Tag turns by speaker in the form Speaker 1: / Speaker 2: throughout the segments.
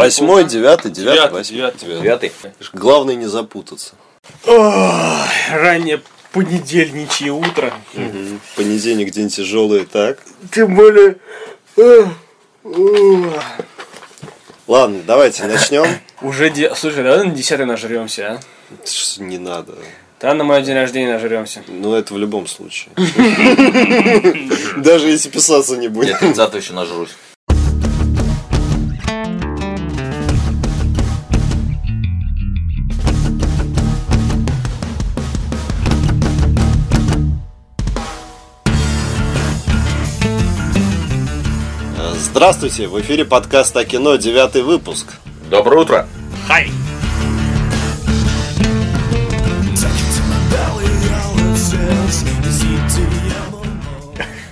Speaker 1: Восьмой, девятый, девятый, восьмой.
Speaker 2: девятый.
Speaker 3: Девятый.
Speaker 1: Главное не запутаться.
Speaker 4: Раннее понедельничье утро.
Speaker 1: Понедельник день тяжелый, так?
Speaker 4: Тем более... э,
Speaker 1: Ладно, давайте начнем.
Speaker 4: Уже... де- Слушай, давай на десятый нажремся, а?
Speaker 1: Не надо.
Speaker 4: Да, на мой день рождения нажремся.
Speaker 1: Ну, это в любом случае. Даже если писаться не
Speaker 3: Я
Speaker 1: будет.
Speaker 3: 30 еще нажрусь.
Speaker 1: Здравствуйте, в эфире подкаст о кино, девятый выпуск.
Speaker 3: Доброе утро.
Speaker 4: Хай!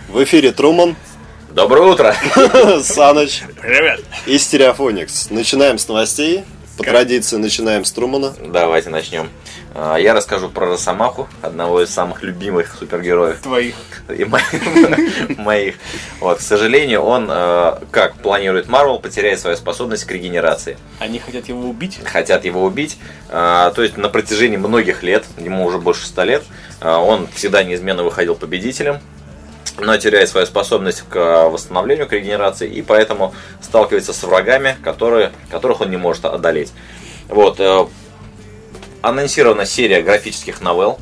Speaker 1: В эфире Труман,
Speaker 3: Доброе утро.
Speaker 1: Саныч
Speaker 4: Привет!
Speaker 1: и Стереофоникс. Начинаем с новостей. По традиции начинаем с Трумана.
Speaker 3: Давайте начнем. А, Я расскажу про Росомаху, одного из самых любимых супергероев
Speaker 4: Твоих.
Speaker 3: и моих. моих. Вот, к сожалению, он, э, как планирует Марвел, потеряет свою способность к регенерации.
Speaker 4: Они хотят его убить?
Speaker 3: хотят его убить. А, То есть на протяжении многих лет, ему уже больше 100 лет, а, он всегда неизменно выходил победителем, но теряет свою способность к а, восстановлению, к регенерации, и поэтому сталкивается с врагами, которые, которых он не может одолеть. Вот. э, Анонсирована серия графических новелл,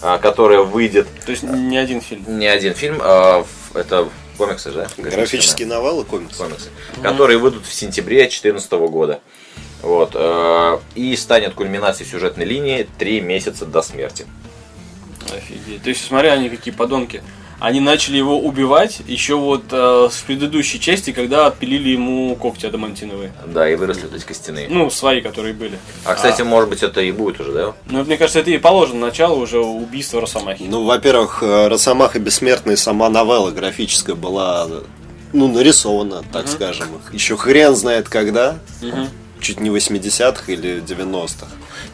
Speaker 3: а, которая выйдет
Speaker 4: То есть не один фильм.
Speaker 3: не один фильм, а в- это комиксы, да?
Speaker 1: Графические новеллы, комиксы.
Speaker 3: комиксы, которые выйдут в сентябре 2014 года. Вот, э, и станет кульминацией сюжетной линии три месяца до смерти.
Speaker 4: Офигеть. То есть смотри, они какие подонки. Они начали его убивать еще вот э, в предыдущей части, когда отпилили ему когти адамантиновые.
Speaker 3: Да, и выросли то есть костяные.
Speaker 4: Ну, свои, которые были.
Speaker 3: А, кстати, может быть, это и будет уже, да?
Speaker 4: Ну, мне кажется, это и положено начало уже убийства Росомахи.
Speaker 1: Ну, во-первых, э, Росомаха Бессмертный сама новелла графическая была, э, ну, нарисована, так скажем. Еще хрен знает когда. Чуть не 80-х или 90-х.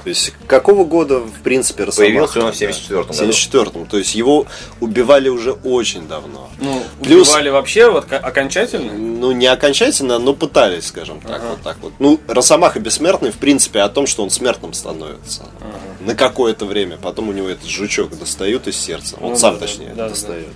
Speaker 1: То есть, какого года, в принципе, Росомаха?
Speaker 3: Появился он в 74-м
Speaker 1: В
Speaker 3: году.
Speaker 1: 74-м. То есть, его убивали уже очень давно.
Speaker 4: Ну,
Speaker 1: Плюс-
Speaker 4: убивали вообще вот ко- окончательно?
Speaker 1: Ну, не окончательно, но пытались, скажем так, вот так вот. Ну, Росомаха Бессмертный, в принципе, о том, что он смертным становится. На какое-то время. Потом у него этот жучок достают из сердца. Он
Speaker 4: Ну,
Speaker 1: сам,
Speaker 4: да,
Speaker 1: точнее,
Speaker 4: да, да,
Speaker 1: достает.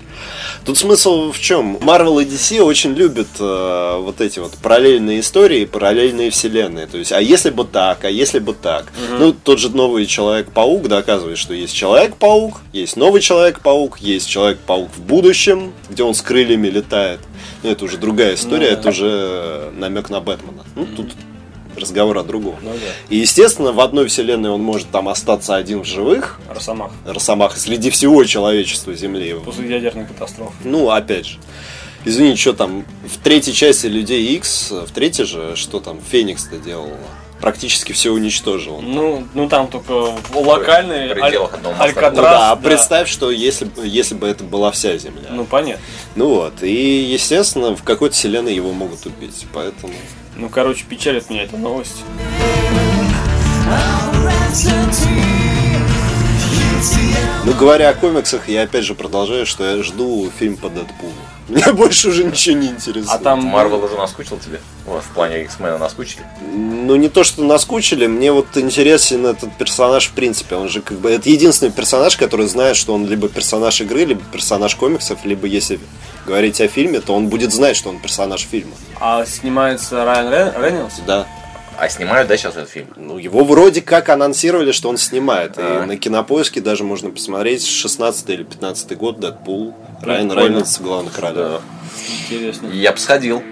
Speaker 1: Тут смысл в чем? Marvel и DC очень любят э, вот эти вот параллельные истории, параллельные вселенные. То есть, а если бы так, а если бы так. Ну, тот же новый Человек-паук доказывает, что есть Человек-паук, есть новый Человек-паук, есть Человек-паук в будущем, где он с крыльями летает. Ну, это уже другая история, это уже намек на Бэтмена. Ну, тут разговор о другом.
Speaker 4: Ну да,
Speaker 1: И, естественно, в одной вселенной он может там остаться один в живых,
Speaker 4: Росомах.
Speaker 1: Росомаха, среди всего человечества Земли.
Speaker 4: После ядерной катастрофы.
Speaker 1: Ну, опять же. Извини, что там в третьей части Людей X, в третьей же, что там Феникс-то делал? Практически все уничтожил. Ну
Speaker 4: Ну, ну там только в- локальный
Speaker 3: В
Speaker 4: аль-
Speaker 3: пределах одного моста. Ну
Speaker 4: Алькатрас.
Speaker 1: да, а
Speaker 4: да.
Speaker 1: представь, что если, б- если бы это была вся Земля.
Speaker 4: Ну
Speaker 1: Ну,
Speaker 4: понятно.
Speaker 1: вот, и, естественно, в какой-то вселенной его могут убить, поэтому...
Speaker 4: Ну, короче, печалит меня эта новость.
Speaker 1: Ну, говоря о комиксах, я опять же продолжаю, что я жду фильм по Дэдпулу. Меня больше уже ничего не интересует.
Speaker 4: А там
Speaker 3: Марвел уже наскучил тебе? Вот, в плане X-мена наскучили?
Speaker 1: Ну, не то, что наскучили, мне вот интересен этот персонаж в принципе. Он же как бы... Это единственный персонаж, который знает, что он либо персонаж игры, либо персонаж комиксов, либо если говорить о фильме, то он будет знать, что он персонаж фильма.
Speaker 4: а, снимается Райан Рен- Рейнольдс.
Speaker 1: Да.
Speaker 3: А снимают, да, сейчас этот фильм?
Speaker 1: Ну, его вроде как анонсировали, что он снимает. И на кинопоиске даже можно посмотреть 16 или 15 год Дэдпул. Райан
Speaker 4: понял.
Speaker 1: Рейнольдс в главных ролях.
Speaker 4: Интересно.
Speaker 3: Я бы сходил.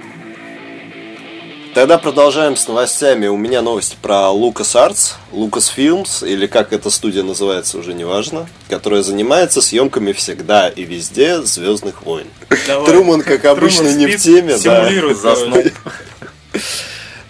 Speaker 1: Тогда продолжаем с новостями. У меня новость про LucasArts, Lucasfilms, или как эта студия называется, уже неважно, которая занимается съемками всегда и везде «Звездных войн».
Speaker 4: Давай.
Speaker 1: Труман, как обычно,
Speaker 4: Труман
Speaker 1: не в
Speaker 4: спит,
Speaker 1: теме, да.
Speaker 4: симулирует,
Speaker 3: Заснул.
Speaker 4: короче.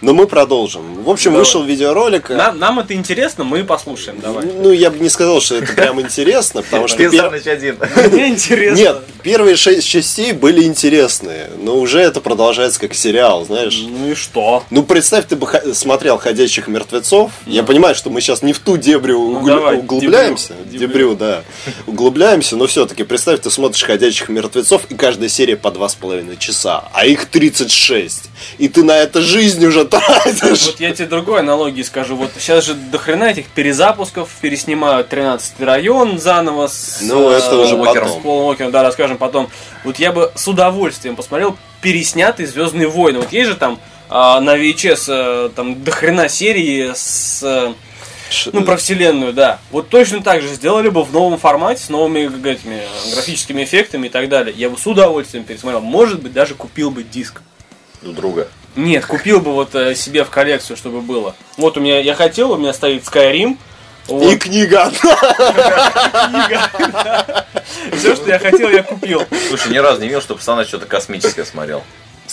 Speaker 1: Но мы продолжим. В общем,
Speaker 4: Давай.
Speaker 1: вышел видеоролик.
Speaker 4: Нам, нам это интересно, мы послушаем, давай.
Speaker 1: Ну, я бы не сказал, что это прям интересно, потому что... пер-
Speaker 3: Саныч, один.
Speaker 4: Мне интересно.
Speaker 1: Ну, Нет, первые шесть частей были интересные, но уже это продолжается как сериал, знаешь.
Speaker 4: Ну и что?
Speaker 1: Ну, представь, ты бы хо- смотрел «Ходячих мертвецов». Я понимаю, что мы сейчас не в ту дебрю угл-
Speaker 4: Ну, давай,
Speaker 1: углубляемся.
Speaker 4: дебрю,
Speaker 1: Дебрю,
Speaker 4: дебрю.
Speaker 1: да. Углубляемся, но все-таки представь, ты смотришь «Ходячих мертвецов», и каждая серия по два с половиной часа, а их 36. И ты на это жизнь уже тратишь.
Speaker 4: Вот я тебе другой аналогии скажу. Вот сейчас же дохрена этих перезапусков, переснимают 13 район заново с,
Speaker 1: Ну, это уже
Speaker 4: Полом
Speaker 1: потом.
Speaker 4: Уокером. С Полом Уокером, да, расскажем потом. Вот я бы с удовольствием посмотрел переснятый Звездные войны. Вот есть же там а, на VHS а, там дохрена серии с а, ну, про вселенную, да. Вот точно так же сделали бы в новом формате, с новыми как этими, э, графическими эффектами и так далее. Я бы с удовольствием пересмотрел. Может быть, даже купил бы диск.
Speaker 3: у друга.
Speaker 4: Нет, купил бы вот э, себе в коллекцию, чтобы было. Вот у меня, я хотел, у меня стоит Skyrim.
Speaker 1: И книга одна.
Speaker 4: Все, что я хотел, я купил.
Speaker 3: Слушай, ни разу не видел, что пацана что-то космическое смотрел.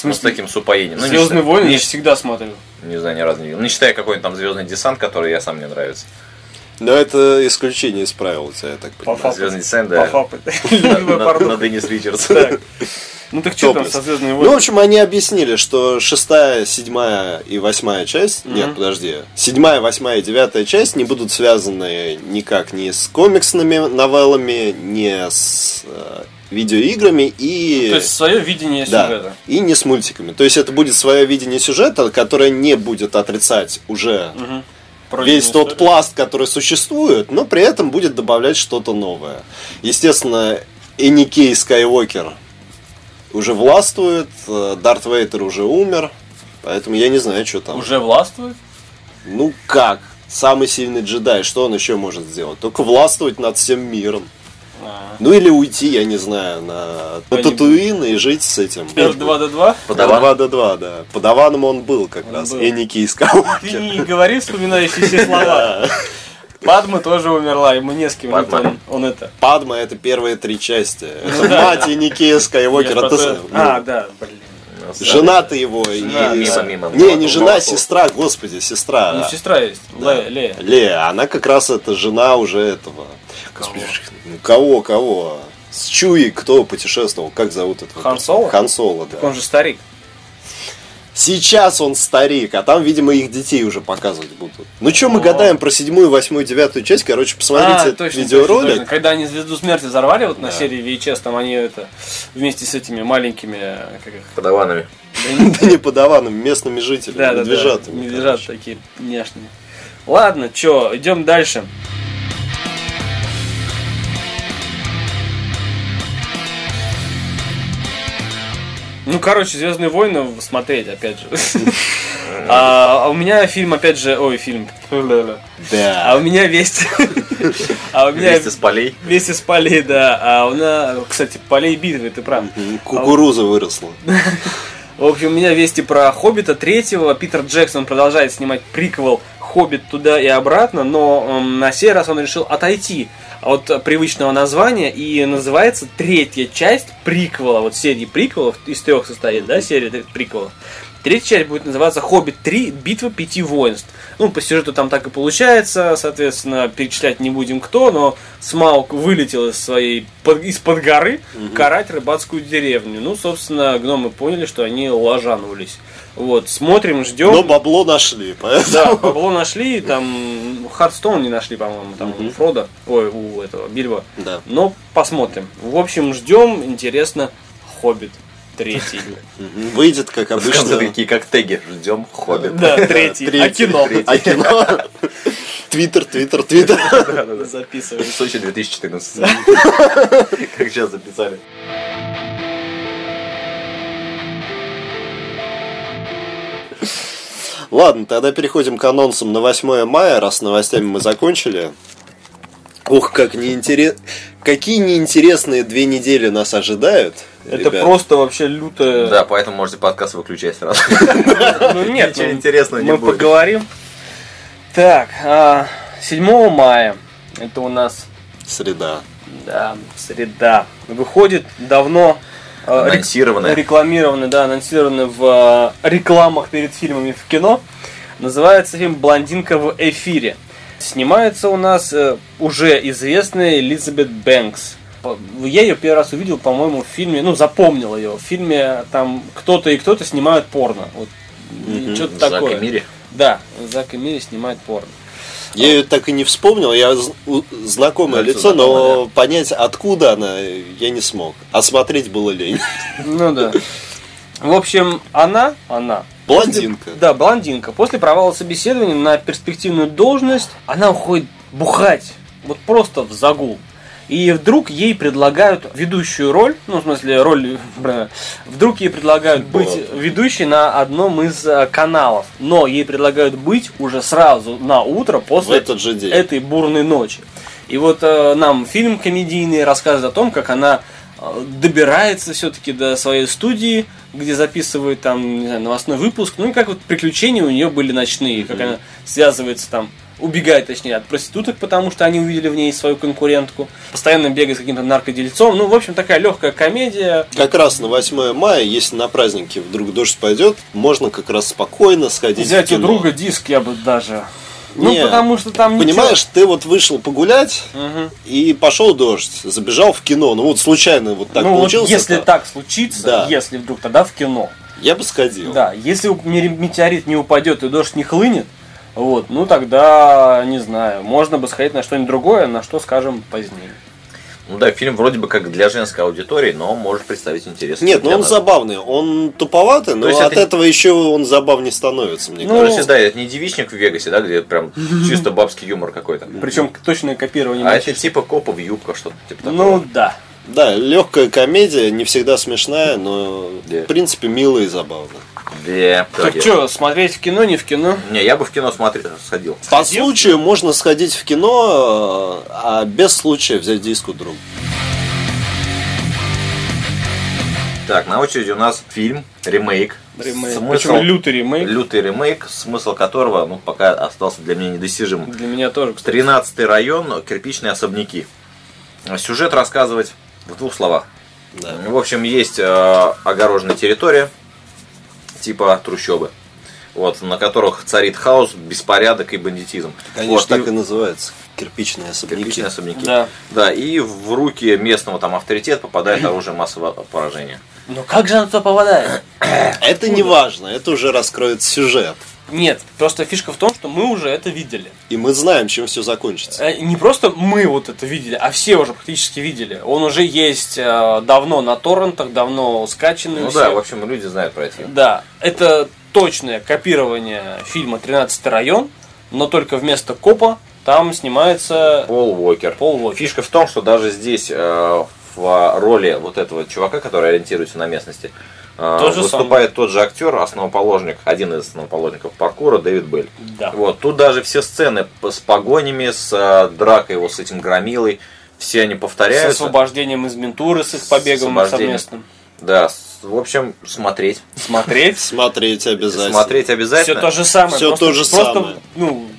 Speaker 3: Ну, с таким с упоением. Ну, не
Speaker 4: Звездные
Speaker 3: считая-
Speaker 4: войны
Speaker 3: Не,
Speaker 4: я всегда смотрю.
Speaker 3: не знаю, ни разу не видел. Не считая какой-нибудь там звездный десант, который я сам мне нравится.
Speaker 1: Но это исключение из правил, у тебя, я так понимаю.
Speaker 4: Папа.
Speaker 3: Звездный десант, да.
Speaker 4: Похапать.
Speaker 3: На,
Speaker 4: Любимая
Speaker 3: на,
Speaker 4: порнуха.
Speaker 3: на Деннис Ричардс.
Speaker 4: Так. Ну так что там
Speaker 1: Топлес.
Speaker 4: со звездными
Speaker 1: Ну, в
Speaker 4: войнами?
Speaker 1: общем, они объяснили, что шестая, седьмая и восьмая часть, нет, подожди, седьмая, восьмая и девятая часть не будут связаны никак ни с комиксными новеллами, ни с э, видеоиграми и...
Speaker 4: Ну, То есть свое видение
Speaker 1: Да,
Speaker 4: сюжета.
Speaker 1: и не с мультиками. То есть это будет свое видение сюжета, которое не будет отрицать уже весь
Speaker 4: Пройденная
Speaker 1: тот
Speaker 4: история.
Speaker 1: пласт, который существует, но при этом будет добавлять что-то новое. Естественно, Эникей Скайуокер уже властвует, э, Дарт Вейтер уже умер, поэтому я не знаю, что там.
Speaker 4: Уже властвует?
Speaker 1: Ну как? Самый сильный джедай, что он еще может сделать? Только властвовать над всем миром.
Speaker 4: А.
Speaker 1: Ну или уйти, я не знаю, на, на
Speaker 4: Они-
Speaker 1: Татуин и жить с этим.
Speaker 4: 2 до 2?
Speaker 3: Подаван.
Speaker 1: 2 до 2, да. Подаваном он был как
Speaker 4: Он
Speaker 1: раз.
Speaker 4: был.
Speaker 1: Эникей
Speaker 4: Ты
Speaker 1: Скайуокер.
Speaker 4: не говори вспоминающие все слова. Падма тоже умерла, ему не с кем. вот
Speaker 3: Падма.
Speaker 4: Он, он это.
Speaker 1: Падма это первые три части. Это мать Никея
Speaker 4: Я
Speaker 1: Скайуокера. ты
Speaker 4: Ну просто-
Speaker 1: сам, ну,
Speaker 4: А, да, блин.
Speaker 1: Жена-то его. и-
Speaker 4: Жена,
Speaker 3: мимо, мимо.
Speaker 1: Не, не
Speaker 3: Молоко,
Speaker 1: жена,
Speaker 3: молоко.
Speaker 1: сестра, господи, сестра.
Speaker 4: Ну,
Speaker 1: а.
Speaker 4: сестра есть, Лея, Лея.
Speaker 1: Лея, она как раз это жена уже этого. Господи, ну, кого, кого? С Чуи кто путешествовал? Как зовут этого?
Speaker 4: Хан Соло?
Speaker 1: Хан Соло, да.
Speaker 4: Он же старик.
Speaker 1: Сейчас он старик, а там, видимо, их детей уже показывать будут. Ну что мы
Speaker 4: О.
Speaker 1: гадаем про седьмую, восьмую, девятую часть? Короче, посмотрите
Speaker 4: А,
Speaker 1: этот видеоролик.
Speaker 4: точно. Когда они звезду смерти взорвали вот на серии VHS, там они это вместе с этими маленькими, э, как их,
Speaker 3: Подаванами.
Speaker 4: да не-
Speaker 1: Да не подаванным, местными жителями,
Speaker 4: да, да, да,
Speaker 1: медвежатами.
Speaker 4: медвежат такие няшные. Ладно, чё, идем дальше. Ну, короче, Звездные войны смотреть, опять же. А а у меня фильм, опять же, ой, фильм.
Speaker 1: короче.
Speaker 4: А
Speaker 1: Да.
Speaker 4: у меня весть. А у меня
Speaker 3: Вместе с полей.
Speaker 4: Вместе с полей, да. А у нас, кстати, полей битвы, ты прав.
Speaker 1: Кукуруза выросла.
Speaker 4: В общем, у меня вести про Хоббита третьего. Питер Джексон продолжает снимать приквел Хоббит туда и обратно, но эм, на сей раз он решил отойти от э, привычного названия и называется третья часть приквела. Вот серии приквелов из трех состоит, да, серия трех приквелов. Третья часть будет называться «Хоббит 3. Битва пяти воинств». Ну, по сюжету там так и получается, соответственно, перечислять не будем кто, но Смаук вылетел из своей, под- из-под горы карать рыбацкую деревню. Ну, собственно, гномы поняли, что они лажанулись. Вот, смотрим, ждем.
Speaker 1: Но бабло нашли, поэтому...
Speaker 4: Да, бабло нашли, и там Хардстоун не нашли, по-моему, там у Фрода, ой, у этого Бильбо.
Speaker 1: Да.
Speaker 4: Но посмотрим. В общем, ждем, интересно, Хоббит третий.
Speaker 1: Мгм. Выйдет, как
Speaker 3: В конце
Speaker 1: обычно.
Speaker 3: такие как теги. Ждем хоббит.
Speaker 4: Да, третий. А кино
Speaker 1: А кино. Твиттер, твиттер, твиттер.
Speaker 4: записываем.
Speaker 3: В Сочи 2014. Как сейчас записали.
Speaker 1: Ладно, тогда переходим к анонсам на 8 мая, раз с новостями мы закончили. Ух, как неинтересно. Какие неинтересные две недели нас ожидают.
Speaker 4: Это
Speaker 1: ребят.
Speaker 4: просто вообще лютое...
Speaker 3: Да, поэтому можете подкаст выключать сразу.
Speaker 4: Ну нет,
Speaker 3: Ничего
Speaker 4: ну,
Speaker 3: интересного не
Speaker 4: мы
Speaker 3: будет.
Speaker 4: поговорим. Так, а, 7 мая, это у нас,
Speaker 1: Среда.
Speaker 4: да, среда, выходит давно а, рек-
Speaker 3: Анонсированное.
Speaker 4: рекламированы, да, анонсированы в а, рекламах перед фильмами в кино. Называется фильм «Блондинка в эфире». Снимается у нас э, уже известная Элизабет Бэнкс. По- Я ее первый раз увидел, по-моему, в фильме, ну, запомнил ее. В фильме там кто-то и кто-то снимают порно. Вот, Что-то
Speaker 3: Жак
Speaker 4: такое.
Speaker 3: и Мири.
Speaker 4: Да, Зак и Мири снимает порно.
Speaker 1: Я ее так и не вспомнил, я з- у- знакомое
Speaker 3: Да,
Speaker 1: лицо,
Speaker 3: всё
Speaker 1: но
Speaker 3: знакомое,
Speaker 1: понять, откуда она, я не смог. А смотреть было лень.
Speaker 4: Ну да. В общем, она, она,
Speaker 1: Блондинка.
Speaker 4: Да, блондинка. После провала собеседования на перспективную должность она уходит бухать. Вот просто в загул. И вдруг ей предлагают ведущую роль, ну, в смысле, роль, бра, вдруг ей предлагают быть ведущей на одном из э, каналов, но ей предлагают быть уже сразу на утро
Speaker 1: В
Speaker 4: после
Speaker 1: этот же день.
Speaker 4: этой бурной ночи. И вот э, нам фильм комедийный рассказывает о том, как она э, добирается все-таки до своей студии, где записывает там не знаю, новостной выпуск, ну и как вот приключения у нее были ночные, как она связывается там, убегает точнее от проституток, потому что они увидели в ней свою конкурентку, постоянно бегает с каким-то наркодельцом, ну в общем такая легкая комедия,
Speaker 1: Как раз на 8 мая, если на празднике вдруг дождь пойдет, можно как раз спокойно сходить. в
Speaker 4: взять у
Speaker 1: кино.
Speaker 4: друга диск я бы даже,
Speaker 1: Не,
Speaker 4: ну потому что там ничего-
Speaker 1: Понимаешь, ты вот вышел погулять
Speaker 4: Мгм.
Speaker 1: и пошел дождь, забежал в кино. Ну вот случайно вот так
Speaker 4: ну вот
Speaker 1: получилось.
Speaker 4: если
Speaker 1: это,
Speaker 4: так случится,
Speaker 1: Да.
Speaker 4: если вдруг тогда в кино.
Speaker 1: я бы сходил.
Speaker 4: Да, если у- мери- метеорит не упадет и дождь не хлынет, вот, ну тогда, не знаю, можно бы сходить на что-нибудь другое, на что скажем позднее.
Speaker 3: Ну да, фильм вроде бы как для женской аудитории, но может представить интерес.
Speaker 1: Нет, ну
Speaker 3: для
Speaker 1: он
Speaker 3: нас.
Speaker 1: забавный, он туповатый, но
Speaker 3: То есть
Speaker 1: от
Speaker 3: это-
Speaker 1: этого еще он забавнее становится, мне
Speaker 4: Ну,
Speaker 3: Ну,
Speaker 1: кажется.
Speaker 3: то есть, да, это не девичник в Вегасе, да, где прям чисто бабский юмор какой-то.
Speaker 4: Причем точное копирование.
Speaker 3: А
Speaker 4: мальчишки.
Speaker 3: это типа копа в юбках, что-то типа
Speaker 4: ну
Speaker 3: такого.
Speaker 4: да.
Speaker 1: Да, легкая комедия, не всегда смешная, но
Speaker 3: Да.
Speaker 1: в принципе мило и забавно.
Speaker 3: Да,
Speaker 4: Так
Speaker 3: да.
Speaker 4: что, смотреть в кино, не в кино?
Speaker 3: Не, я бы в кино смотрел, сходил.
Speaker 1: По случаю можно сходить в кино, э, а без случая взять диск у друга.
Speaker 3: Так, на очереди у нас фильм, ремейк.
Speaker 4: Ремейк.
Speaker 3: Смысл,
Speaker 4: Причем лютый ремейк.
Speaker 3: лютый ремейк, смысл которого, ну, пока остался для меня недостижимым.
Speaker 4: Для меня тоже, кстати.
Speaker 3: 13 район, кирпичные особняки. Сюжет рассказывать в двух словах.
Speaker 1: Да.
Speaker 3: В общем, есть э, огороженная территория, типа трущобы, вот, на которых царит хаос, беспорядок и бандитизм.
Speaker 1: Конечно,
Speaker 3: Вот,
Speaker 1: так и называется. Кирпичные особняки.
Speaker 3: кирпичные особняки.
Speaker 4: Да.
Speaker 3: Да, и в руки местного там авторитет попадает оружие массового поражения.
Speaker 4: Но Ну как же она туда попадает?
Speaker 1: Это не важно, это уже раскроет сюжет.
Speaker 4: Нет, просто фишка в том, что мы уже это видели.
Speaker 1: И мы знаем, чем все закончится.
Speaker 4: Э, Не просто мы вот это видели, а все уже практически видели. Он уже есть э, давно на торрентах, давно скачанный. у
Speaker 3: Ну да,
Speaker 4: всех.
Speaker 3: в общем, люди знают про это. фильм.
Speaker 4: Да, это точное копирование фильма «13 район», но только вместо копа там снимается
Speaker 3: Пол Уокер.
Speaker 4: Пол Уокер.
Speaker 3: Фишка в том, что даже здесь э, в роли вот этого чувака, который ориентируется на местности, э,
Speaker 4: Тот же
Speaker 3: выступает тот же актер, основоположник, один из основоположников паркура Дэвид Белль.
Speaker 4: Да.
Speaker 3: Вот, тут даже все сцены п- с погонями, с э, дракой его с этим громилой, все они
Speaker 4: С
Speaker 3: повторяются.
Speaker 4: освобождением из ментуры, с их побегом
Speaker 3: освобождением.
Speaker 4: совместным.
Speaker 3: Да, с- в общем, смотреть.
Speaker 4: Смотреть.
Speaker 1: Смотреть обязательно.
Speaker 3: Смотреть
Speaker 4: Все
Speaker 3: обязательно.
Speaker 4: то же самое.
Speaker 1: Всё
Speaker 4: просто-
Speaker 1: то же
Speaker 4: просто,
Speaker 1: самое.
Speaker 4: Ну,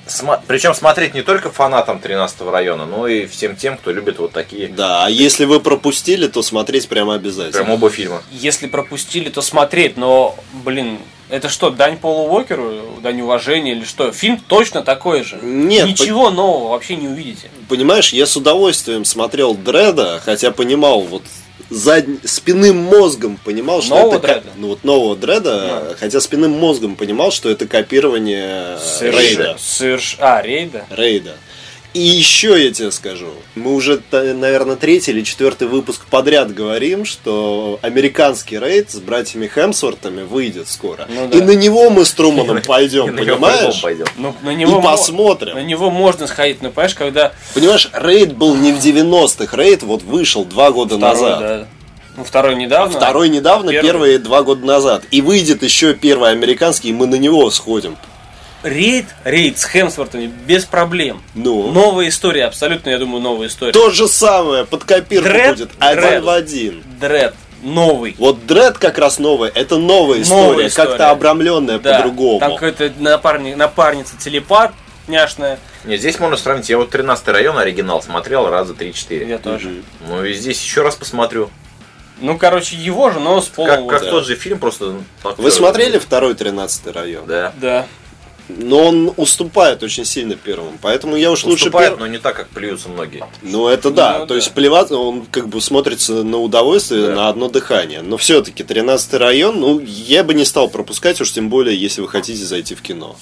Speaker 3: Причем смотреть не только фанатам 13 района, но и всем тем, кто любит вот такие
Speaker 1: Да, а если вы пропустили, то смотреть прямо обязательно.
Speaker 3: прям оба фильма.
Speaker 4: если пропустили, то смотреть, но, блин, это что, дань Полу Уокеру, дань уважения или что? Фильм точно такой же.
Speaker 1: Нет,
Speaker 4: Ничего нового вообще не увидите.
Speaker 1: Понимаешь, я с удовольствием смотрел Дреда, хотя понимал вот зад... спинным мозгом понимал, что
Speaker 4: Нового
Speaker 1: это ко-
Speaker 4: Дредда?
Speaker 1: ну вот нового Дреда, хотя спинным мозгом понимал, что это копирование Рейда.
Speaker 4: Соверш... А, Рейда.
Speaker 1: Рейда. И еще я тебе скажу, мы уже, та- наверное, третий или четвертый выпуск подряд говорим, что американский рейд с братьями Хемсвортами выйдет скоро.
Speaker 4: Ну да.
Speaker 1: И на него мы с Труманом
Speaker 3: И
Speaker 1: пойдем,
Speaker 3: на него по-любому
Speaker 1: понимаешь?
Speaker 3: пойдем.
Speaker 4: Ну, на
Speaker 1: И
Speaker 4: него мо- На
Speaker 1: посмотрим.
Speaker 4: него можно сходить, но понимаешь, когда
Speaker 1: Понимаешь, рейд был не в 90-х, рейд вот вышел два года
Speaker 4: второй,
Speaker 1: назад. А
Speaker 4: да. Ну, второй недавно.
Speaker 1: Второй недавно,
Speaker 4: Первый.
Speaker 1: первые два года назад. И выйдет еще первый американский, и мы на него сходим.
Speaker 4: Рейд, рейд с Хемсвортами без проблем.
Speaker 1: Ну,
Speaker 4: Новая история, абсолютно, я думаю, новая история.
Speaker 1: то же самое, под копирку
Speaker 4: Дред?
Speaker 1: будет. Один
Speaker 4: Дред.
Speaker 1: в один.
Speaker 4: Дред новый.
Speaker 1: Вот Дред как раз новый, это новая история,
Speaker 4: Новая история.
Speaker 1: как-то обрамленная
Speaker 4: Да,
Speaker 1: по-другому.
Speaker 4: Там какая-то напарни- напарница телепат няшная.
Speaker 3: Не, здесь можно сравнить. Я вот 13 район оригинал смотрел раза 3-4.
Speaker 4: Я тоже.
Speaker 1: Мгм.
Speaker 3: Ну и здесь еще раз посмотрю.
Speaker 4: Ну, короче, его же, но с
Speaker 3: Как,
Speaker 4: полного.
Speaker 3: как
Speaker 1: да.
Speaker 3: тот же фильм, просто... так-
Speaker 1: Вы смотрели второй 13 район?
Speaker 3: Да.
Speaker 4: Да.
Speaker 1: Но он уступает очень сильно первому, поэтому я уж лучше...
Speaker 3: Уступает,
Speaker 1: пер-
Speaker 3: но не так, как плюются многие.
Speaker 1: Ну это да,
Speaker 4: Ну,
Speaker 1: то
Speaker 4: да.
Speaker 1: есть плеваться, он как бы смотрится на удовольствие,
Speaker 3: Да.
Speaker 1: на одно дыхание. Но все-таки 13 район, ну я бы не стал пропускать, уж тем более, если вы хотите зайти в кино.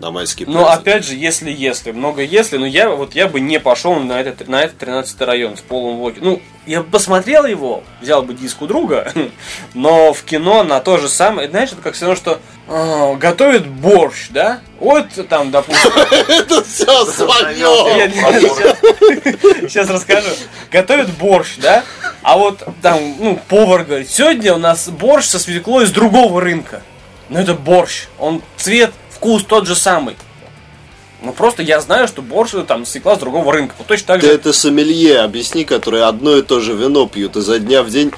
Speaker 1: на майские
Speaker 4: Но опять же, если если, много если, но я вот я бы не пошел на этот на этот 13 район с Полом Воки. Ну, я бы посмотрел его, взял бы диск у друга, но в кино на то же самое, знаешь, это как все равно, что э, готовит борщ, да? Вот там, допустим,
Speaker 1: Это все
Speaker 4: я
Speaker 1: свое!
Speaker 4: не знаю, сейчас расскажу. Готовят борщ, да? А вот там, ну, повар говорит, сегодня у нас борщ со свеклой из другого рынка. Но это борщ. Он цвет, вкус тот же самый. Ну просто я знаю, что борщ это там свекла с другого рынка. Вот точно так
Speaker 1: Ты
Speaker 4: же.
Speaker 1: это сомелье, объясни, которые одно и то же вино пьют изо дня в день.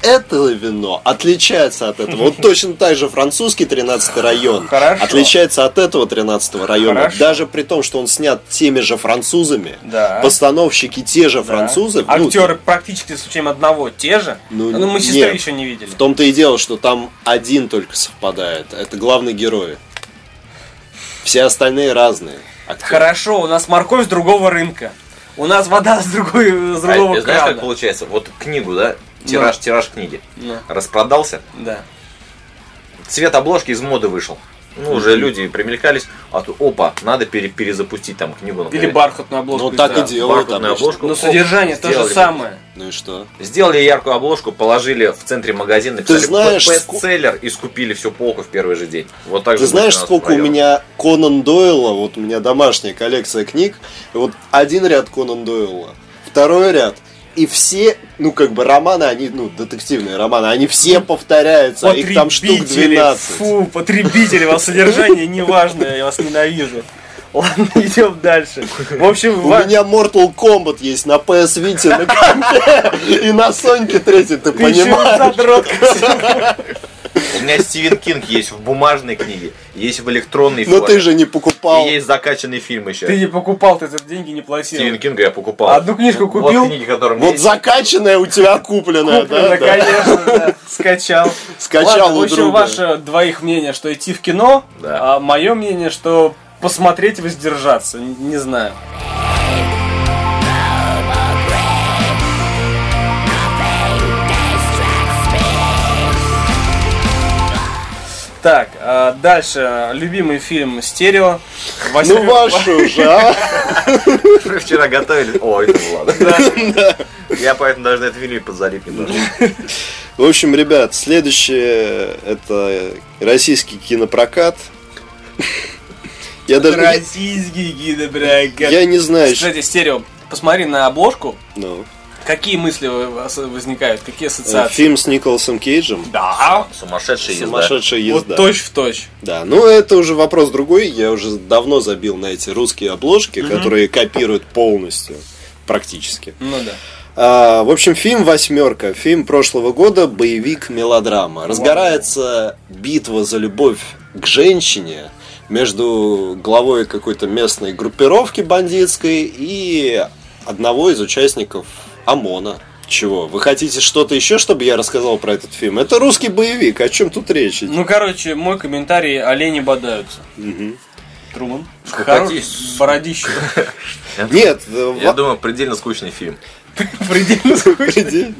Speaker 1: Это вино отличается от этого. Вот точно так же французский 13 район
Speaker 4: Хорошо.
Speaker 1: отличается от этого 13 района.
Speaker 4: Хорошо.
Speaker 1: Даже при том, что он снят теми же французами,
Speaker 4: Да.
Speaker 1: постановщики те же
Speaker 4: Да.
Speaker 1: французы. ну,
Speaker 4: Актеры практически с учением одного те же.
Speaker 1: Ну,
Speaker 4: Ну, мы сестры
Speaker 1: нет.
Speaker 4: еще не видели.
Speaker 1: В том-то и дело, что там один только совпадает. Это главный герой. Все остальные разные. актеры.
Speaker 4: Хорошо, у нас морковь с другого рынка. У нас вода с, другой, с другого
Speaker 3: А, знаешь, как
Speaker 4: крана.
Speaker 3: получается? Вот книгу, да? Тираж,
Speaker 4: Да.
Speaker 3: тираж книги.
Speaker 4: Да.
Speaker 3: Распродался.
Speaker 4: Да.
Speaker 3: Цвет обложки из моды вышел. Ну, уже люди примелькались, а тут опа, надо пере- перезапустить там книгу.
Speaker 4: Или
Speaker 3: например.
Speaker 4: бархатную обложку.
Speaker 1: Ну, так
Speaker 4: да.
Speaker 1: и делают
Speaker 3: бархатную
Speaker 1: обычно.
Speaker 3: обложку.
Speaker 4: Но
Speaker 3: Оп,
Speaker 4: содержание то же
Speaker 3: сделали.
Speaker 4: самое.
Speaker 1: Ну и что?
Speaker 3: Сделали яркую обложку, положили в центре магазина, написали
Speaker 1: знаешь,
Speaker 3: «Б-
Speaker 1: ск-
Speaker 3: бестселлер и скупили всю полку в первый же день. Вот так
Speaker 1: Ты знаешь, сколько у меня Конан Дойла, вот у меня домашняя коллекция книг, и вот один ряд Конан Дойла, второй ряд, и все, ну как бы романы, они, ну детективные романы, они все повторяются, их там штук 12.
Speaker 4: Ну, фу, потребители, вас содержание неважно, я вас ненавижу. Ладно, идем дальше. В общем,
Speaker 1: У
Speaker 4: ва-
Speaker 1: меня Mortal Kombat есть на PS Vita, на компе и на Соньке третьей, ты
Speaker 4: ты еще и
Speaker 1: понимаешь?
Speaker 4: задрот.
Speaker 3: У меня Стивен Кинг есть в бумажной книге, есть в электронной
Speaker 1: Но Ну ты
Speaker 3: форме,
Speaker 1: же не покупал.
Speaker 3: и есть закачанный фильм еще.
Speaker 4: Ты не покупал, ты за деньги не
Speaker 3: Стивен
Speaker 4: платил.
Speaker 3: Кинга я покупал.
Speaker 4: Одну книжку купил?
Speaker 3: Вот книги, которые у меня
Speaker 1: Вот
Speaker 3: есть.
Speaker 1: закачанная у тебя купленная, да?
Speaker 4: Куплено,
Speaker 1: да.
Speaker 4: конечно, Ну, да. Скачал.
Speaker 1: Скачал
Speaker 4: Ладно,
Speaker 1: у
Speaker 4: в общем,
Speaker 1: друга.
Speaker 4: ваше двоих мнение, что идти в кино,
Speaker 3: Да.
Speaker 4: а мое мнение, что посмотреть и воздержаться. Н- Не знаю. Так, а дальше любимый фильм Стерео.
Speaker 1: Ну
Speaker 4: Восьмой-
Speaker 1: вашу же, а?
Speaker 3: Вы вчера готовили. О, это было. Я поэтому даже на этот фильм и подзалип немножко.
Speaker 1: В общем, ребят, следующее это российский кинопрокат. Я даже
Speaker 4: Российский
Speaker 1: не-
Speaker 4: кинопрокат.
Speaker 1: я не знаю, что-
Speaker 4: Кстати, Стерео, посмотри на обложку.
Speaker 1: ну,
Speaker 4: Какие мысли у вас возникают? Какие
Speaker 1: э,
Speaker 4: ассоциации?
Speaker 1: фильм с Николасом Кейджем.
Speaker 4: Да.
Speaker 3: Сумасшедшая езда.
Speaker 1: Сумасшедшая
Speaker 4: Вот
Speaker 1: езда.
Speaker 4: точь в точь.
Speaker 1: Да, ну это уже вопрос другой. Я уже давно забил на эти русские обложки, которые копируют полностью, практически.
Speaker 4: Ну да.
Speaker 1: А, в общем, фильм «Восьмерка». Фильм прошлого года, боевик, мелодрама. Разгорается битва за любовь к женщине между главой какой-то местной группировки бандитской и одного из участников ОМОНа. Чего? Вы хотите что-то еще, чтобы я рассказал про этот фильм? Это русский боевик, о чем тут речь? идет?
Speaker 4: Ну, короче, мой комментарий олени бодаются.
Speaker 1: Мгм.
Speaker 4: Труман.
Speaker 3: Скукотись,
Speaker 4: Хорош,
Speaker 3: сука.
Speaker 4: бородище.
Speaker 1: Нет, э,
Speaker 3: Я
Speaker 1: ва-
Speaker 3: думаю, предельно скучный фильм.
Speaker 4: Предельно скучный.
Speaker 1: приди.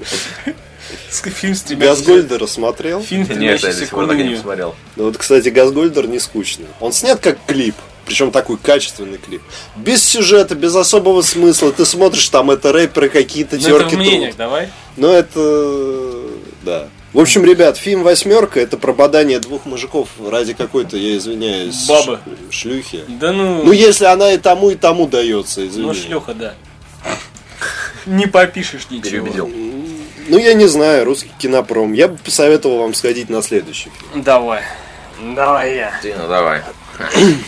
Speaker 4: Фильм с тебя.
Speaker 1: Газгольдера смотрел?
Speaker 4: Фильм
Speaker 3: Нет, я до
Speaker 4: «Стремящийся
Speaker 3: сих
Speaker 4: к
Speaker 3: пор так и не
Speaker 4: унынию».
Speaker 3: смотрел.
Speaker 1: Ну вот, кстати, Газгольдер не скучный. Он снят как клип, причем такой качественный клип. Без сюжета, без особого смысла. Ты смотришь, там это рэперы какие-то,
Speaker 4: Ну, это
Speaker 1: терки
Speaker 4: в мнениях,
Speaker 1: тут.
Speaker 4: давай.
Speaker 1: Но это... да. В общем, ребят, фильм «Восьмерка» — это прободание двух мужиков ради какой-то, я извиняюсь,
Speaker 4: Бабы.
Speaker 1: ш- шлюхи.
Speaker 4: Да
Speaker 1: Ну,
Speaker 4: ну,
Speaker 1: если она и тому, и тому дается, извини.
Speaker 4: ну шлюха, да. Не попишешь ничего.
Speaker 3: Переубедил.
Speaker 1: Ну, я не знаю, русский кинопром. Я бы посоветовал вам сходить на следующий фильм.
Speaker 4: Давай. Давай я.
Speaker 3: Ты, ну давай.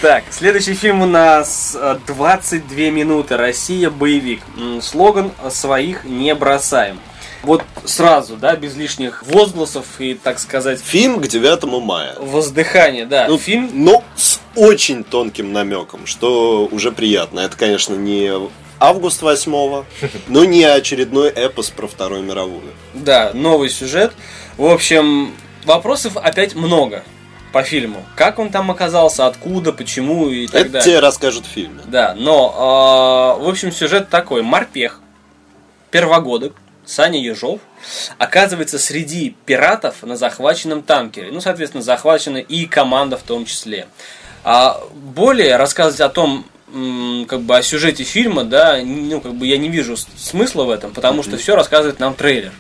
Speaker 4: Так, следующий фильм у нас э, 22 минуты. Россия боевик. М, Слоган «Своих не бросаем». Вот сразу, да, без лишних возгласов и, так сказать,
Speaker 1: Фильм к 9 мая.
Speaker 4: воздыхания, да.
Speaker 1: Ну,
Speaker 4: фильм
Speaker 1: Но с очень тонким намеком, что уже приятно. Это, конечно, не август 8 но не очередной эпос про Вторую мировую.
Speaker 4: Да, новый сюжет. В общем, вопросов опять много по фильму. Как он там оказался, откуда, почему и так
Speaker 1: Это
Speaker 4: далее.
Speaker 1: тебе расскажут в фильме.
Speaker 4: Да, но, э, в общем, сюжет такой. Морпех, первогодок, Саня Ежов, оказывается среди пиратов на захваченном танкере. Ну, соответственно, захвачена и команда в том числе. А более рассказывать о том, м, как бы о сюжете фильма, да, ну, как бы я не вижу с- смысла в этом, потому что все рассказывает нам трейлер.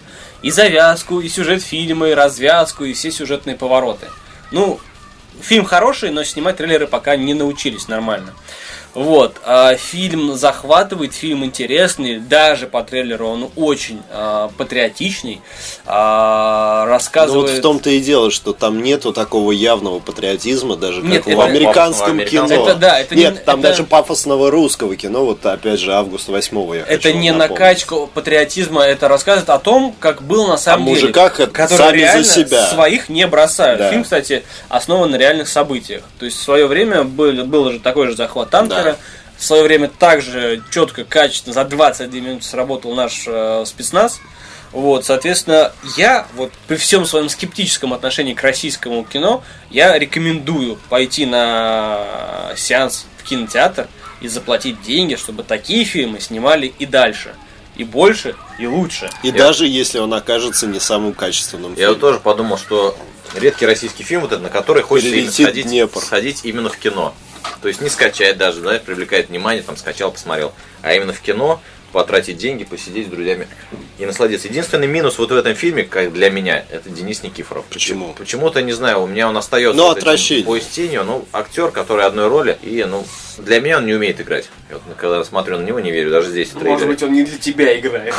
Speaker 4: И завязку, и сюжет фильма, и развязку, и все сюжетные повороты. Ну, фильм хороший, но снимать трейлеры пока не научились нормально. Вот, а, фильм захватывает, фильм интересный, даже по трейлеру он очень а, патриотичный, а,
Speaker 1: Ну
Speaker 4: рассказывает...
Speaker 1: вот в том-то и дело, что там нету такого явного патриотизма, даже как
Speaker 4: Нет,
Speaker 1: в
Speaker 4: это-
Speaker 1: американском
Speaker 3: Пафосного
Speaker 1: кино.
Speaker 3: американского.
Speaker 4: Это да, это не-
Speaker 1: Нет, там
Speaker 4: это-
Speaker 1: даже пафосного русского кино, вот опять же август 8 я хочу
Speaker 4: Это
Speaker 1: вам
Speaker 4: не
Speaker 1: напомнить.
Speaker 4: накачка патриотизма, это рассказывает о том, как было на самом деле.
Speaker 1: А мужиках, это
Speaker 4: которые
Speaker 1: сами за
Speaker 4: реально
Speaker 1: себя.
Speaker 4: своих не бросают.
Speaker 1: Да.
Speaker 4: Фильм, кстати, основан на реальных событиях. То есть в свое время был, был же такой же захват танкера.
Speaker 1: Да.
Speaker 4: В свое время также четко, качественно за 21 минут сработал наш э, спецназ. Вот, соответственно, я вот при всем своем скептическом отношении к российскому кино, я рекомендую пойти на сеанс в кинотеатр и заплатить деньги, чтобы такие фильмы снимали и дальше. И больше, и лучше.
Speaker 1: И даже если он окажется не самым качественным
Speaker 3: Я
Speaker 1: фильмом.
Speaker 3: вот тоже подумал, что редкий российский фильм, вот этот, на который хочется именно
Speaker 1: Перелетит
Speaker 3: сходить,
Speaker 1: Днепр.
Speaker 3: сходить именно в кино. То есть не скачать даже, да, привлекает внимание, там скачал, посмотрел, а именно в кино потратить деньги, посидеть с друзьями и насладиться. Единственный минус вот в этом фильме, как для меня, это Денис Никифоров.
Speaker 1: Почему?
Speaker 3: Почему-то, не знаю, у меня он остается
Speaker 1: Ну,
Speaker 3: вот этим
Speaker 1: отвращение.
Speaker 3: пояс тенью, ну, актер, который одной роли, и, ну, для меня он не умеет играть. Я вот когда смотрю на него, не верю, даже здесь в трейлере.
Speaker 4: он не для тебя играет.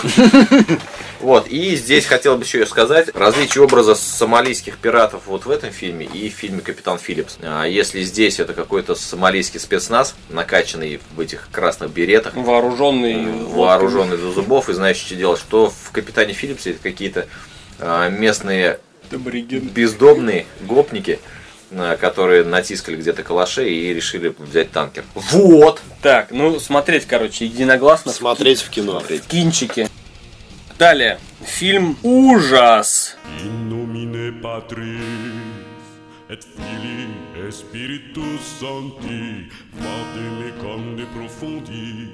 Speaker 3: Вот, и здесь хотел бы еще и сказать различие образа сомалийских пиратов вот в этом фильме и в фильме «Капитан Филлипс». А Если здесь это какой-то сомалийский спецназ, накачанный в этих красных беретах,
Speaker 4: Вооруженный.
Speaker 3: вооруженный до зубов и знающий, что делать, что в «Капитане Филлипсе» это какие-то а, местные бездомные гопники, а, которые натискали где-то калаши и решили взять танкер. Вот!
Speaker 4: Так, ну смотреть, короче, единогласно.
Speaker 1: Смотреть в кино.
Speaker 4: в кинчике. Далее. Фильм Ужас.
Speaker 2: In nomine Patris et Filii et Spiritus Sancti, vadem conde profundis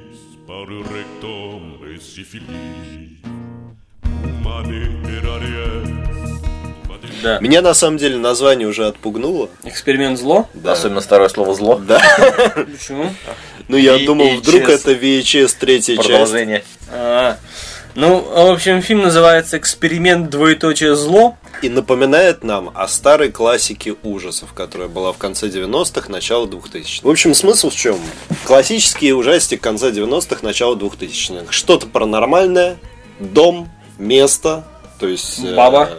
Speaker 2: par rectum resyphilis. Humane eraries, vadem
Speaker 4: Да.
Speaker 1: Меня на самом деле название уже отпугнуло.
Speaker 4: Эксперимент зло.
Speaker 3: Особенно второе слово «зло».
Speaker 1: Да.
Speaker 4: Почему?
Speaker 1: Ну я
Speaker 3: VHS.
Speaker 1: думал, вдруг это VHS третья часть.
Speaker 3: Продолжение.
Speaker 4: А, ну, в общем, фильм называется Эксперимент двоеточие зло.
Speaker 1: И напоминает нам о старой классике ужасов, которая была в конце 90-х, начало 2000-х. В общем, смысл в чем? Классические ужастики конца 90-х, начала 2000-х. Что-то паранормальное, дом, место, то есть... э,
Speaker 4: Баба.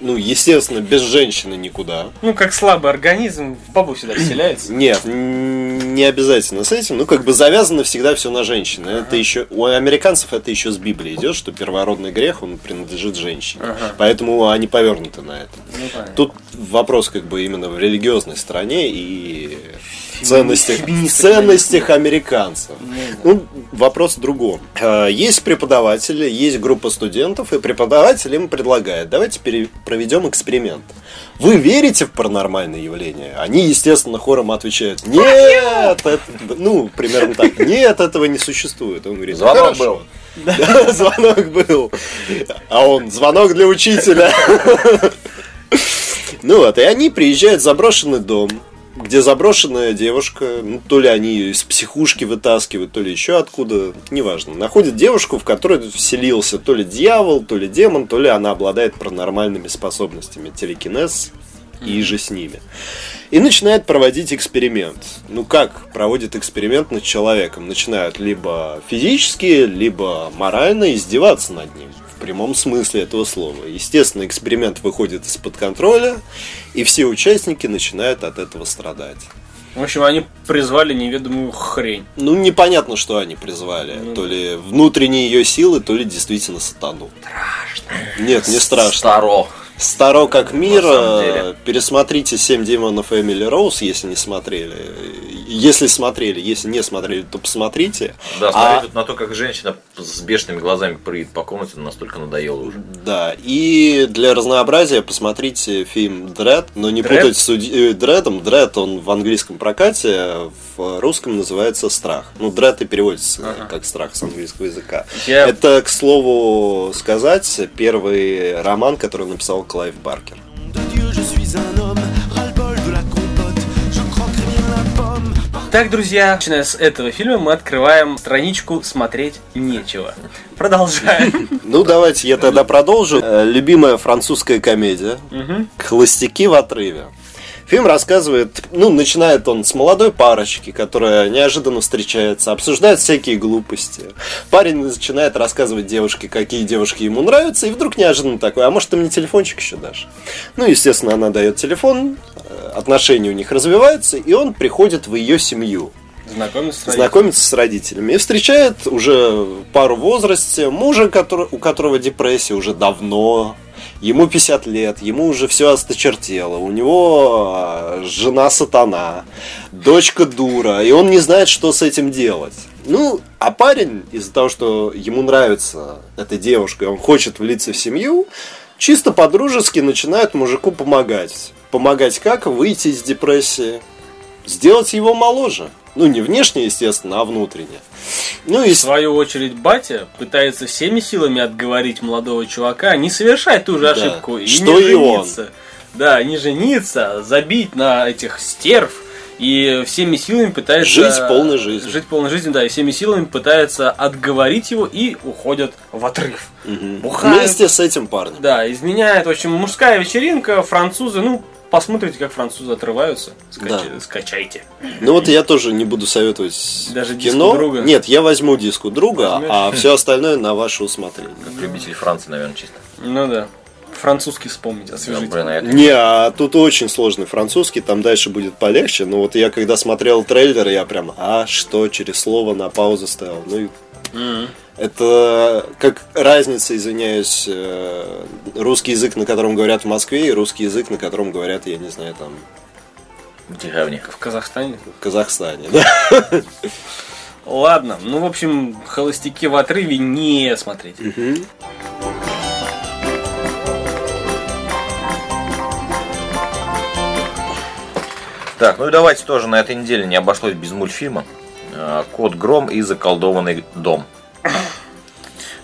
Speaker 1: ну, естественно, без женщины никуда.
Speaker 4: Ну, как слабый организм, в бабу всегда вселяется.
Speaker 1: Нет, н- не обязательно с этим. Ну, как бы завязано всегда все на женщины. Это еще у американцев это еще с Библии идет, что первородный грех он принадлежит женщине. Поэтому они повернуты на это.
Speaker 4: Ну, понятно.
Speaker 1: Тут вопрос как бы именно в религиозной стране и ценностях,
Speaker 4: феминисток,
Speaker 1: ценностях американцев.
Speaker 4: Ну,
Speaker 1: Ну, вопрос в другом. Э, Есть преподаватели, есть группа студентов, и преподаватель им предлагает, давайте пере- проведем эксперимент. Вы верите в паранормальные явления? Они, естественно, хором отвечают, нет, это- ну, примерно так, нет, этого не существует. Он говорит,
Speaker 3: Звонок
Speaker 1: «Хорошо».
Speaker 3: был.
Speaker 1: Да, звонок был. А он, звонок для учителя. Ну вот, и они приезжают в заброшенный дом, где заброшенная девушка, ну, то ли они ее из психушки вытаскивают, то ли еще откуда, неважно, находят девушку, в которую вселился то ли дьявол, то ли демон, то ли она обладает паранормальными способностями, телекинез и же с ними. И начинает проводить эксперимент. Ну как проводит эксперимент над человеком? Начинают либо физически, либо морально издеваться над ним. В прямом смысле этого слова. Естественно, эксперимент выходит из-под контроля, и все участники начинают от этого страдать.
Speaker 4: В общем, они призвали неведомую хрень.
Speaker 1: Ну, непонятно, что они
Speaker 3: Ну
Speaker 1: призвали. То ли внутренние ее силы, то ли действительно сатану. Страшно. Нет, не страшно.
Speaker 3: Старо.
Speaker 1: Старо как мир.
Speaker 3: На самом деле.
Speaker 1: э, Пересмотрите «Семь демонов Эмили Роуз», если не смотрели. Если смотрели, если не смотрели, то посмотрите.
Speaker 3: Да,
Speaker 1: А-
Speaker 3: смотри тут на то, как женщина с бешеными глазами прыгает по комнате, ну, настолько надоело уже.
Speaker 1: Да, и для разнообразия посмотрите фильм «Дред», но не
Speaker 4: «Дред»?
Speaker 1: путать с суди- э, «Дредом». «Дред» он в английском прокате, в русском называется «Страх». Ну, «Дред» и переводится э, как «Страх» с английского языка.
Speaker 4: Я-
Speaker 1: Это, к слову сказать, первый роман, который написал Клайв Баркер.
Speaker 5: de Dieu, je suis un homme, ras-le-bol de la compote, je croquerai bien la
Speaker 4: Итак, друзья, начиная с этого фильма мы открываем страничку «Смотреть нечего». Продолжаем.
Speaker 1: Ну, давайте я тогда продолжу. Э, Любимая французская комедия
Speaker 4: Мгм.
Speaker 1: «Холостяки в отрыве». Фильм рассказывает, ну, начинает он с молодой парочки, которая неожиданно встречается, обсуждает всякие глупости. Парень начинает рассказывать девушке, какие девушки ему нравятся, и вдруг неожиданно такой, а может ты мне телефончик еще дашь? Ну, естественно, она дает телефон, э, отношения у них развиваются, и он приходит в ее семью
Speaker 4: Знакомиться с родителями.
Speaker 1: знакомится с родителями и встречает уже пару в возрасте мужа, который, у которого депрессия уже давно. Ему 50 лет, ему уже все осточертело, у него а, жена сатана, дочка дура, и он не знает, что с этим делать. Ну, а парень из-за того, что ему нравится эта девушка, и он хочет влиться в семью, чисто по-дружески начинает мужику помогать. Помогать как? Выйти из депрессии, сделать его моложе. Ну, не внешне, естественно, а внутренне. Ну и
Speaker 4: В свою очередь, батя пытается всеми силами отговорить молодого чувака не совершать ту же
Speaker 1: Да.
Speaker 4: ошибку и
Speaker 1: Что
Speaker 4: не
Speaker 1: и он.
Speaker 4: жениться. Да, не жениться, а забить на этих стерв и всеми силами пытается...
Speaker 1: Жить полной жизнью.
Speaker 4: Жить полной жизнью, да, и всеми силами пытается отговорить его и уходят в отрыв. Бухают.
Speaker 1: вместе с этим парнем.
Speaker 4: Да, изменяет. В общем, мужская вечеринка, французы, ну, посмотрите, как французы отрываются. Скача-
Speaker 1: Да.
Speaker 4: Скачайте.
Speaker 1: Ну вот я тоже не буду советовать
Speaker 4: Даже диску
Speaker 1: кино.
Speaker 4: друга?
Speaker 1: Нет, я возьму диску друга,
Speaker 4: Возьмешь?
Speaker 1: а все остальное на ваше усмотрение.
Speaker 3: Как любитель Франции, наверное, чисто.
Speaker 4: Ну да. Французский вспомнить,
Speaker 3: Ну,
Speaker 4: освежить.
Speaker 3: блин, а это-
Speaker 1: Не, а тут очень сложный французский, там дальше будет полегче. Но вот я когда смотрел трейлер, я прям, а что, через слово на паузу ставил. Ну и
Speaker 4: Мгм.
Speaker 1: Это как разница, извиняюсь, э, русский язык, на котором говорят в Москве, и русский язык, на котором говорят, я не знаю, там,
Speaker 3: В деревне.
Speaker 4: В Казахстане.
Speaker 1: в Казахстане. Да?
Speaker 4: Ладно, ну, в общем, холостяки в отрыве не смотреть.
Speaker 3: Так, ну и давайте тоже на этой неделе не обошлось без мультфильма. Э, Кот Гром и заколдованный дом.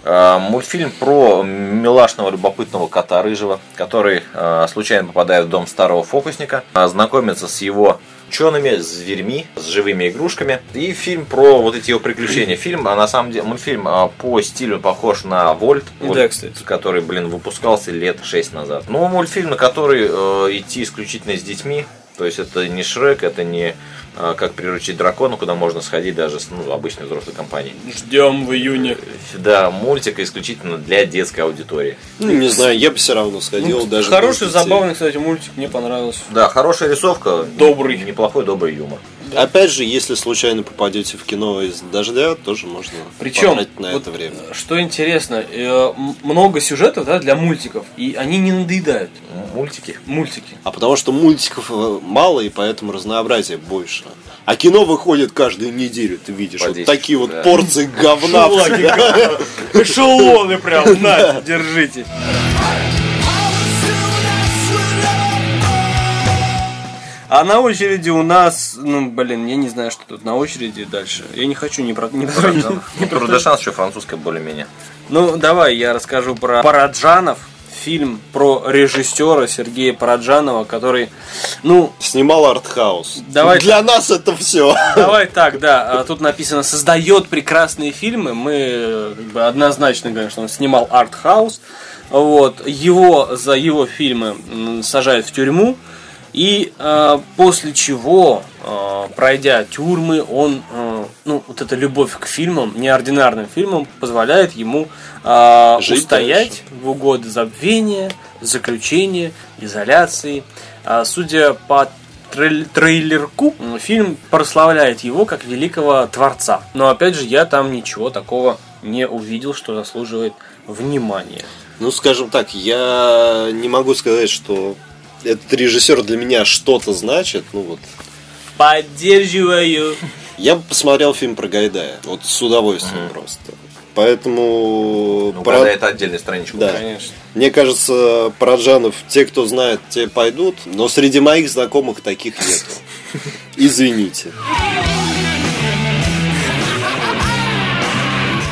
Speaker 3: Э, Мультфильм про милашного любопытного кота рыжего, который э, случайно попадает в дом старого фокусника, э, знакомится с его учеными, с зверьми, с живыми игрушками. И фильм про вот эти его приключения. Фильм, а на самом деле, мультфильм э, по стилю похож на Вольт.
Speaker 4: Да,
Speaker 3: Вольт,
Speaker 4: кстати.
Speaker 3: Который, блин, выпускался лет 6 назад. Ну, мультфильм, на который э, идти исключительно с детьми. То есть это не Шрек, это не э, как приручить дракона, куда можно сходить даже с ну, обычной взрослой компанией.
Speaker 4: Ждем в июне.
Speaker 3: Да, мультик исключительно для детской аудитории.
Speaker 1: Ну, не знаю, я бы все равно сходил. даже
Speaker 4: Ну, Хороший,
Speaker 1: без детей.
Speaker 4: забавный, кстати, мультик, мне понравился.
Speaker 3: Да, хорошая рисовка.
Speaker 4: Добрый.
Speaker 3: Неплохой добрый юмор.
Speaker 1: Опять же, если случайно попадете в кино из дождя, тоже можно
Speaker 4: Причем,
Speaker 1: потратить на
Speaker 4: вот,
Speaker 1: это время.
Speaker 4: э, Что интересно, э, м- много сюжетов да, для мультиков, и они не надоедают.
Speaker 3: М- Мультики.
Speaker 4: Мультики.
Speaker 1: А потому что мультиков э, мало, и поэтому разнообразия больше. А кино выходит каждую неделю, ты видишь.
Speaker 3: По
Speaker 1: вот
Speaker 3: 10,
Speaker 1: такие вот
Speaker 3: да.
Speaker 1: порции говна.
Speaker 4: Эшелоны прям, на, держите. А на очереди у нас, ну, блин, я не знаю, что тут на очереди дальше. Я не хочу ни про... ни про- ни про-
Speaker 3: Трудошанс еще французская более-менее.
Speaker 4: Ну, давай я расскажу про Параджанов. Фильм про режиссера Сергея Параджанова, который, ну,
Speaker 1: Снимал артхаус.
Speaker 4: Давай.
Speaker 1: Для нас это все.
Speaker 4: Давай так, да. а, Тут написано создает прекрасные фильмы. Мы э, как бы однозначно говорим, что он снимал арт-хаус. Вот его за его фильмы м, сажают в тюрьму. И э, после чего, э, пройдя тюрьмы, он, э, ну, вот эта любовь к фильмам, неординарным фильмам, позволяет ему э,
Speaker 1: Жить
Speaker 4: устоять в угоду забвения, заключения, изоляции. А, Судя по трей- трейлерку, м, фильм прославляет его как великого творца. Но опять же, я там ничего такого не увидел, что заслуживает внимания.
Speaker 1: Ну, скажем так, я не могу сказать, что этот режиссер для меня что-то значит. Ну вот.
Speaker 4: Поддерживаю.
Speaker 1: Я бы посмотрел фильм про Гайдая. Вот с удовольствием просто. Поэтому
Speaker 3: Ну,
Speaker 1: про-
Speaker 3: когда это отдельная страничка.
Speaker 1: Да.
Speaker 4: Ну, Конечно.
Speaker 1: мне кажется, Параджанов, те, кто знает, те пойдут, но среди моих знакомых таких нет. Извините.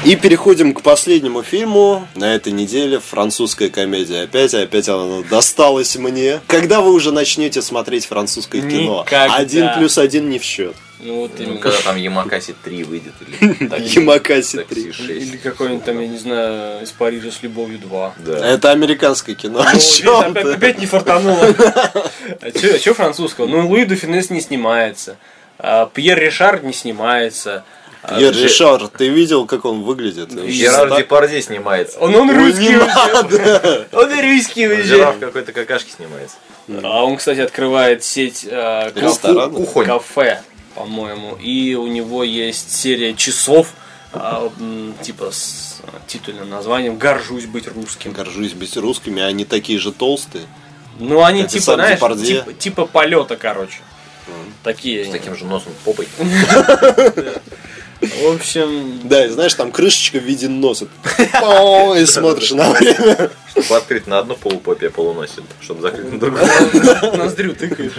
Speaker 1: И переходим к последнему фильму на этой неделе. Французская комедия. Опять, опять она досталась мне. Когда вы уже начнете смотреть французское кино?
Speaker 4: Никогда.
Speaker 1: Один плюс один не в счет.
Speaker 4: Ну вот
Speaker 3: Ну,
Speaker 4: именно.
Speaker 3: когда там Ямакаси 3 выйдет или такси-
Speaker 1: Ямакаси
Speaker 3: такси
Speaker 1: 3.
Speaker 3: 6.
Speaker 4: Или какой-нибудь там, я не знаю, из Парижа с любовью 2.
Speaker 3: Да.
Speaker 1: А Это американское кино.
Speaker 4: О,
Speaker 1: О
Speaker 4: видишь,
Speaker 1: чём
Speaker 4: Ну, опять,
Speaker 1: ты?
Speaker 4: опять не фартануло. А что французского? Ну, Луи Дуфинес не снимается. а Пьер Ришар не снимается. а
Speaker 1: Пьер
Speaker 4: Же-
Speaker 1: Ришар, ты видел, как он выглядит?
Speaker 3: Жерар Депарди снимается.
Speaker 4: Он, он
Speaker 1: Ой, не
Speaker 4: русский вообще.
Speaker 1: надо.
Speaker 4: Он русский
Speaker 3: Жерар в
Speaker 4: уже.
Speaker 3: какой-то какашке снимается.
Speaker 4: А он, кстати, открывает сеть э, ку-
Speaker 1: Ресторан?
Speaker 3: Кухонь.
Speaker 4: кафе, по-моему. И у него есть серия часов, а, м, типа с титульным названием «Горжусь быть русским».
Speaker 1: Горжусь быть русскими, они такие же толстые.
Speaker 4: Ну, они
Speaker 1: Это
Speaker 4: типа,
Speaker 1: сам
Speaker 4: знаешь,
Speaker 1: Депардье.
Speaker 4: типа, типа полета, короче. Такие.
Speaker 3: С таким же носом попой.
Speaker 4: В общем,
Speaker 1: Да, и знаешь, там крышечка в виде носа. Пау, И смотришь на время.
Speaker 3: Чтобы открыть на одну полупопе полуносит, чтобы закрыть на другую.
Speaker 4: ноздрю тыкаешь.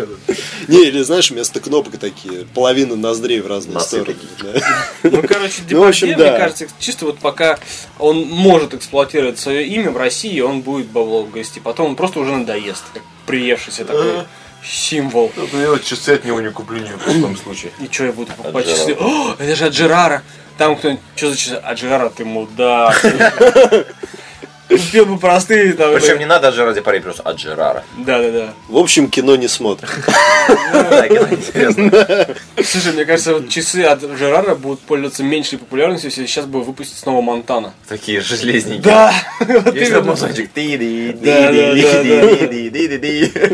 Speaker 1: Не, или знаешь, вместо кнопок такие, половина ноздрей в разные
Speaker 3: Носы
Speaker 1: стороны. да.
Speaker 4: Ну, короче,
Speaker 1: Ну, в общем,
Speaker 4: Депардье,
Speaker 1: да.
Speaker 4: мне кажется, чисто вот пока он может эксплуатировать свое имя в России, он будет бабло гости. Потом он просто уже надоест, как приевшийся такой символ.
Speaker 5: Ну, я вот часы от него не куплю ни в каком случае.
Speaker 4: И что я буду покупать
Speaker 3: От
Speaker 4: часы? О, это же от Джерара. Там кто-нибудь, что за часы? От Джерара ты мудак. Купил бы простые там.
Speaker 3: Причем не надо от Жерара Депарди, просто а от Жерара.
Speaker 4: Да, да, да.
Speaker 1: В общем, кино не смотрим.
Speaker 3: Да, кино интересно.
Speaker 4: Слушай, мне кажется, вот часы от Жерара будут пользоваться меньшей популярностью, если сейчас бы выпустить снова Монтана.
Speaker 3: Такие железники.
Speaker 4: Да! Вот
Speaker 3: Если
Speaker 4: именно.
Speaker 3: музончик.
Speaker 4: Да, да, да, да.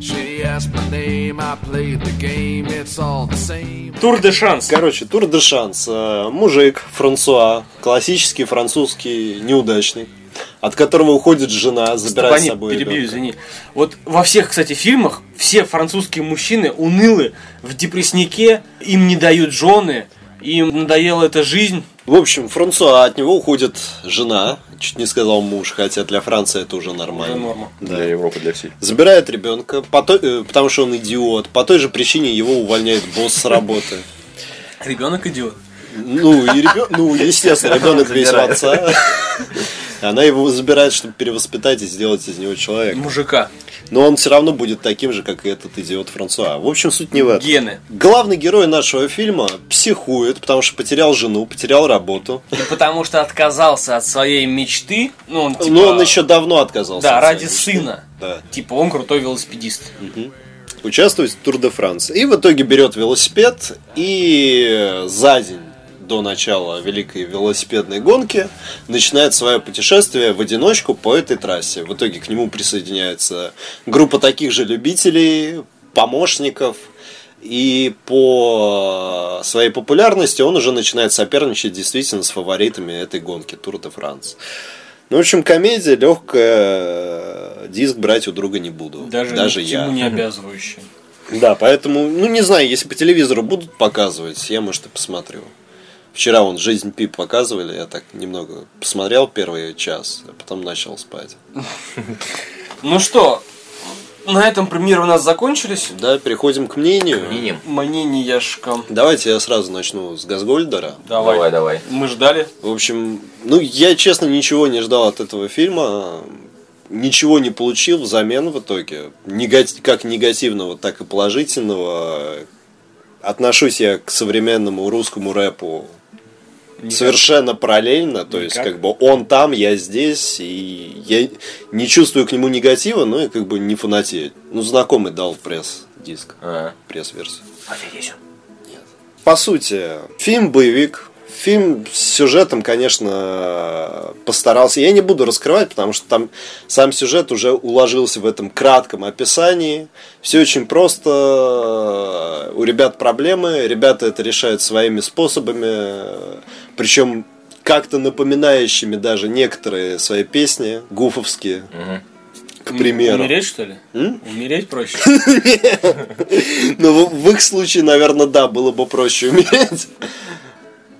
Speaker 6: She asked my name, I played the game, it's all the same.
Speaker 4: Тур де шанс.
Speaker 1: Короче, тур де шанс. Э, Мужик Франсуа, классический французский неудачник, от которого уходит жена, забирает с
Speaker 4: Степани,
Speaker 1: собой
Speaker 4: перебью,
Speaker 1: ребенка.
Speaker 4: извини. Вот во всех, кстати, фильмах все французские мужчины унылы, в депресснике, им не дают жены, им надоела эта жизнь.
Speaker 1: В общем, Франсуа, от него уходит жена, чуть не сказал муж, хотя для Франции это уже нормально.
Speaker 4: Это норма.
Speaker 1: Да.
Speaker 3: Для Европы, для всей.
Speaker 1: Забирает ребенка, по той- э, потому что он идиот. По той же причине его увольняет босс с работы.
Speaker 4: Ребенок идиот.
Speaker 1: Ну, и ребен- ну естественно, ребенок весь в
Speaker 3: Забирает.
Speaker 1: отца. Она его забирает, чтобы перевоспитать и сделать из него человека.
Speaker 4: Мужика.
Speaker 1: Но он все равно будет таким же, как и этот идиот Франсуа. В общем, суть не в этом.
Speaker 4: Гены.
Speaker 1: Главный герой нашего фильма психует, потому что потерял жену, потерял работу.
Speaker 4: И потому что отказался от своей мечты, ну он типа...
Speaker 1: Но он еще давно отказался.
Speaker 4: Да,
Speaker 1: от
Speaker 4: ради
Speaker 1: своей мечты.
Speaker 4: сына.
Speaker 1: Да.
Speaker 4: Типа он крутой велосипедист.
Speaker 1: участвовать в Тур де Франс. И в итоге берет велосипед и за день до начала великой велосипедной гонки начинает свое путешествие в одиночку по этой трассе. В итоге к нему присоединяется группа таких же любителей, помощников. И по своей популярности он уже начинает соперничать действительно с фаворитами этой гонки Тур де Франс. Ну, в общем, комедия легкая. Диск брать у друга не буду.
Speaker 4: Даже, ни к
Speaker 1: Ну, я.
Speaker 4: чему не обязывающий.
Speaker 1: Да, поэтому, ну не знаю, если по телевизору будут показывать, я, может, и посмотрю. Вчера вон «Жизнь Пи» показывали, я так немного посмотрел первый час, а потом начал спать.
Speaker 4: Ну что, на этом премьеры у нас закончились.
Speaker 1: Да, переходим к мнению.
Speaker 3: Миним.
Speaker 4: Манинияшка.
Speaker 1: Давайте я сразу начну с Газгольдера.
Speaker 4: Давай.
Speaker 3: Давай, давай.
Speaker 4: Мы ждали.
Speaker 1: В общем, ну я, честно, ничего не ждал от этого фильма. Ничего не получил взамен в итоге. Негати- Как негативного, так и положительного. Отношусь я к современному русскому рэпу совершенно параллельно. То есть,
Speaker 4: Никак.
Speaker 1: как бы он там, я здесь. И я не чувствую к нему негатива, но и как бы не фанатею. Ну, знакомый дал пресс-диск,
Speaker 3: А.
Speaker 1: пресс-версию. По сути, фильм боевик. Фильм с сюжетом, конечно, постарался. Я не буду раскрывать, потому что там сам сюжет уже уложился в этом кратком описании. Все очень просто. У ребят проблемы, ребята это решают своими способами. Причем как-то напоминающими даже некоторые свои песни, гуфовские, к примеру.
Speaker 4: Умереть, что ли? Умереть проще.
Speaker 1: Ну, в- в их случае, наверное, да, было бы проще умереть.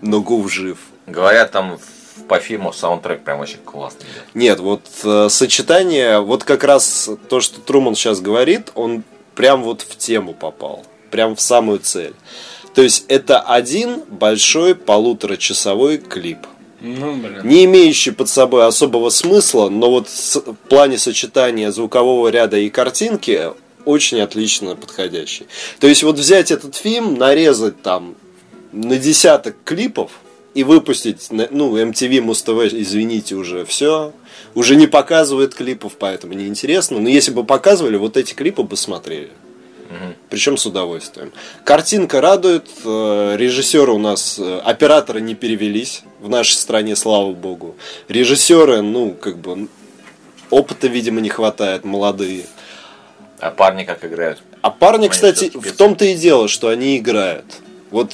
Speaker 1: Но Гуф жив.
Speaker 3: Говорят, там в- по фильму саундтрек прям очень классный. да.
Speaker 1: Нет, вот э, сочетание, вот как раз то, что Труман сейчас говорит, он прям вот в тему попал, прям в самую цель. То есть это один большой полуторачасовой клип,
Speaker 4: Ну, блин.
Speaker 1: не имеющий под собой особого смысла, но вот с- в плане сочетания звукового ряда и картинки очень отлично подходящий. То есть вот взять этот фильм, нарезать там на десяток клипов и выпустить, на- ну, MTV, Муз ТВ, извините, уже все, уже не показывает клипов, поэтому неинтересно. Но если бы показывали, вот эти клипы бы смотрели. Причем с удовольствием. Картинка радует. э, Режиссеры у нас, э, операторы не перевелись в нашей стране, слава богу. Режиссеры, ну, как бы, н- опыта, видимо, не хватает, молодые.
Speaker 3: А парни как играют?
Speaker 1: А парни,
Speaker 3: Они
Speaker 1: кстати,
Speaker 3: всё-таки
Speaker 1: в том-то и дело, что они играют. Вот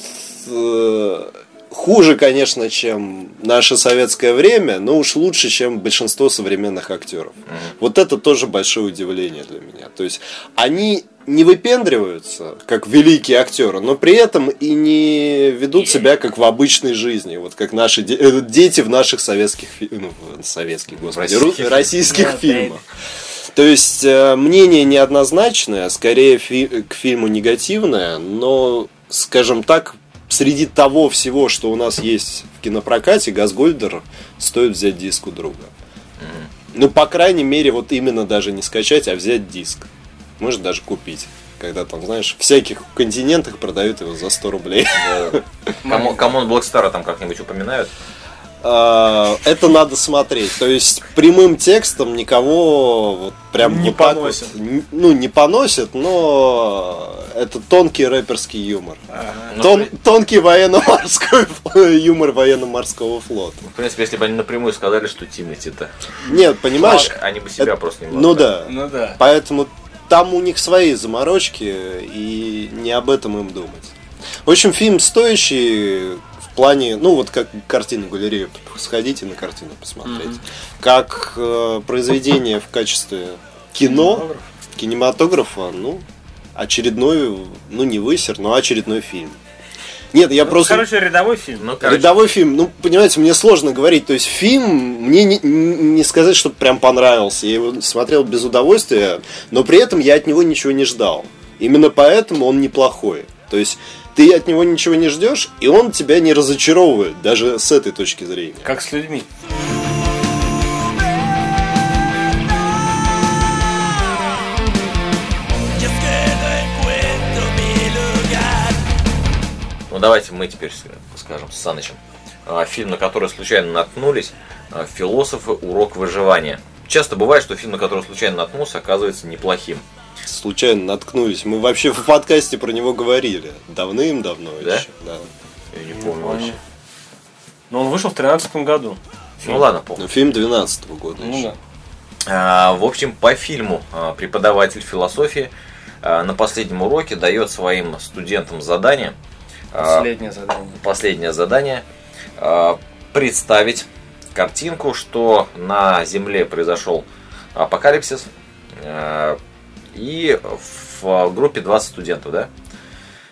Speaker 1: э, хуже, конечно, чем наше советское время, но уж лучше, чем большинство современных актеров. Вот это тоже большое удивление для меня. То есть они не выпендриваются, как великие актеры, но при этом и не ведут себя как в обычной жизни, вот как наши де- э, дети в наших советских фильмах, советских, господи,
Speaker 3: российских.
Speaker 1: ру- российских
Speaker 4: Да,
Speaker 1: фильмах. То есть э, мнение неоднозначное, скорее фи- к фильму негативное, но, скажем так, среди того всего, что у нас есть в кинопрокате, Газгольдер стоит взять диск у друга. Ну, по крайней мере, вот именно даже не скачать, а взять диск. Может даже купить. Когда там, знаешь, в всяких континентах продают его за 100 рублей.
Speaker 3: Кому, камон Блэкстара там как-нибудь упоминают?
Speaker 1: А, Это надо смотреть. То есть прямым текстом никого вот прям
Speaker 7: Не
Speaker 1: вот так
Speaker 7: поносят.
Speaker 1: вот, н- Ну, не поносят, но это тонкий рэперский юмор.
Speaker 3: Ну,
Speaker 1: Тон-
Speaker 3: в
Speaker 1: тонкий военно-морской фл- юмор военно-морского флота.
Speaker 3: В принципе, если бы они напрямую сказали, что Тимати-то,
Speaker 1: Нет, понимаешь?
Speaker 3: они бы себя просто не
Speaker 1: Ну да.
Speaker 7: Ну да.
Speaker 1: Поэтому там у них свои заморочки, и не об этом им думать. В общем, фильм стоящий в плане, ну вот как картина галерея, сходите на картину посмотреть. Как э, произведение в качестве кино, кинематографа, ну, очередной, ну не высер, но очередной фильм. Нет, я
Speaker 4: Ну,
Speaker 1: просто...
Speaker 7: Короче, рядовой фильм.
Speaker 3: Ну, короче,
Speaker 1: Рядовой фильм, ну, понимаете, мне сложно говорить. То есть фильм мне не, не сказать, что прям понравился. Я его смотрел без удовольствия, но при этом я от него ничего не ждал. Именно поэтому он неплохой. То есть ты от него ничего не ждешь, и он тебя не разочаровывает, даже с этой точки зрения.
Speaker 4: Как с людьми.
Speaker 3: ну давайте мы теперь с- скажем с Санычем. А, Фильм, на который случайно наткнулись, а, «Философы. Урок выживания». Часто бывает, что фильм, на который случайно наткнулся, оказывается неплохим.
Speaker 1: Случайно наткнулись. Мы вообще в подкасте про него говорили. Давным-давно
Speaker 3: Да?
Speaker 1: еще. Да.
Speaker 3: Я не помню вообще.
Speaker 4: Но он вышел в 2013 году.
Speaker 3: Ну ладно, помню.
Speaker 1: Ну, фильм 12 года
Speaker 4: Ну
Speaker 1: еще.
Speaker 4: да.
Speaker 3: А, В общем, по фильму а, преподаватель философии а, на последнем уроке дает своим студентам задание. а,
Speaker 4: Последнее задание.
Speaker 3: Последнее задание. а, Представить картинку, что на Земле произошел апокалипсис. а, И в группе 20 студентов, да?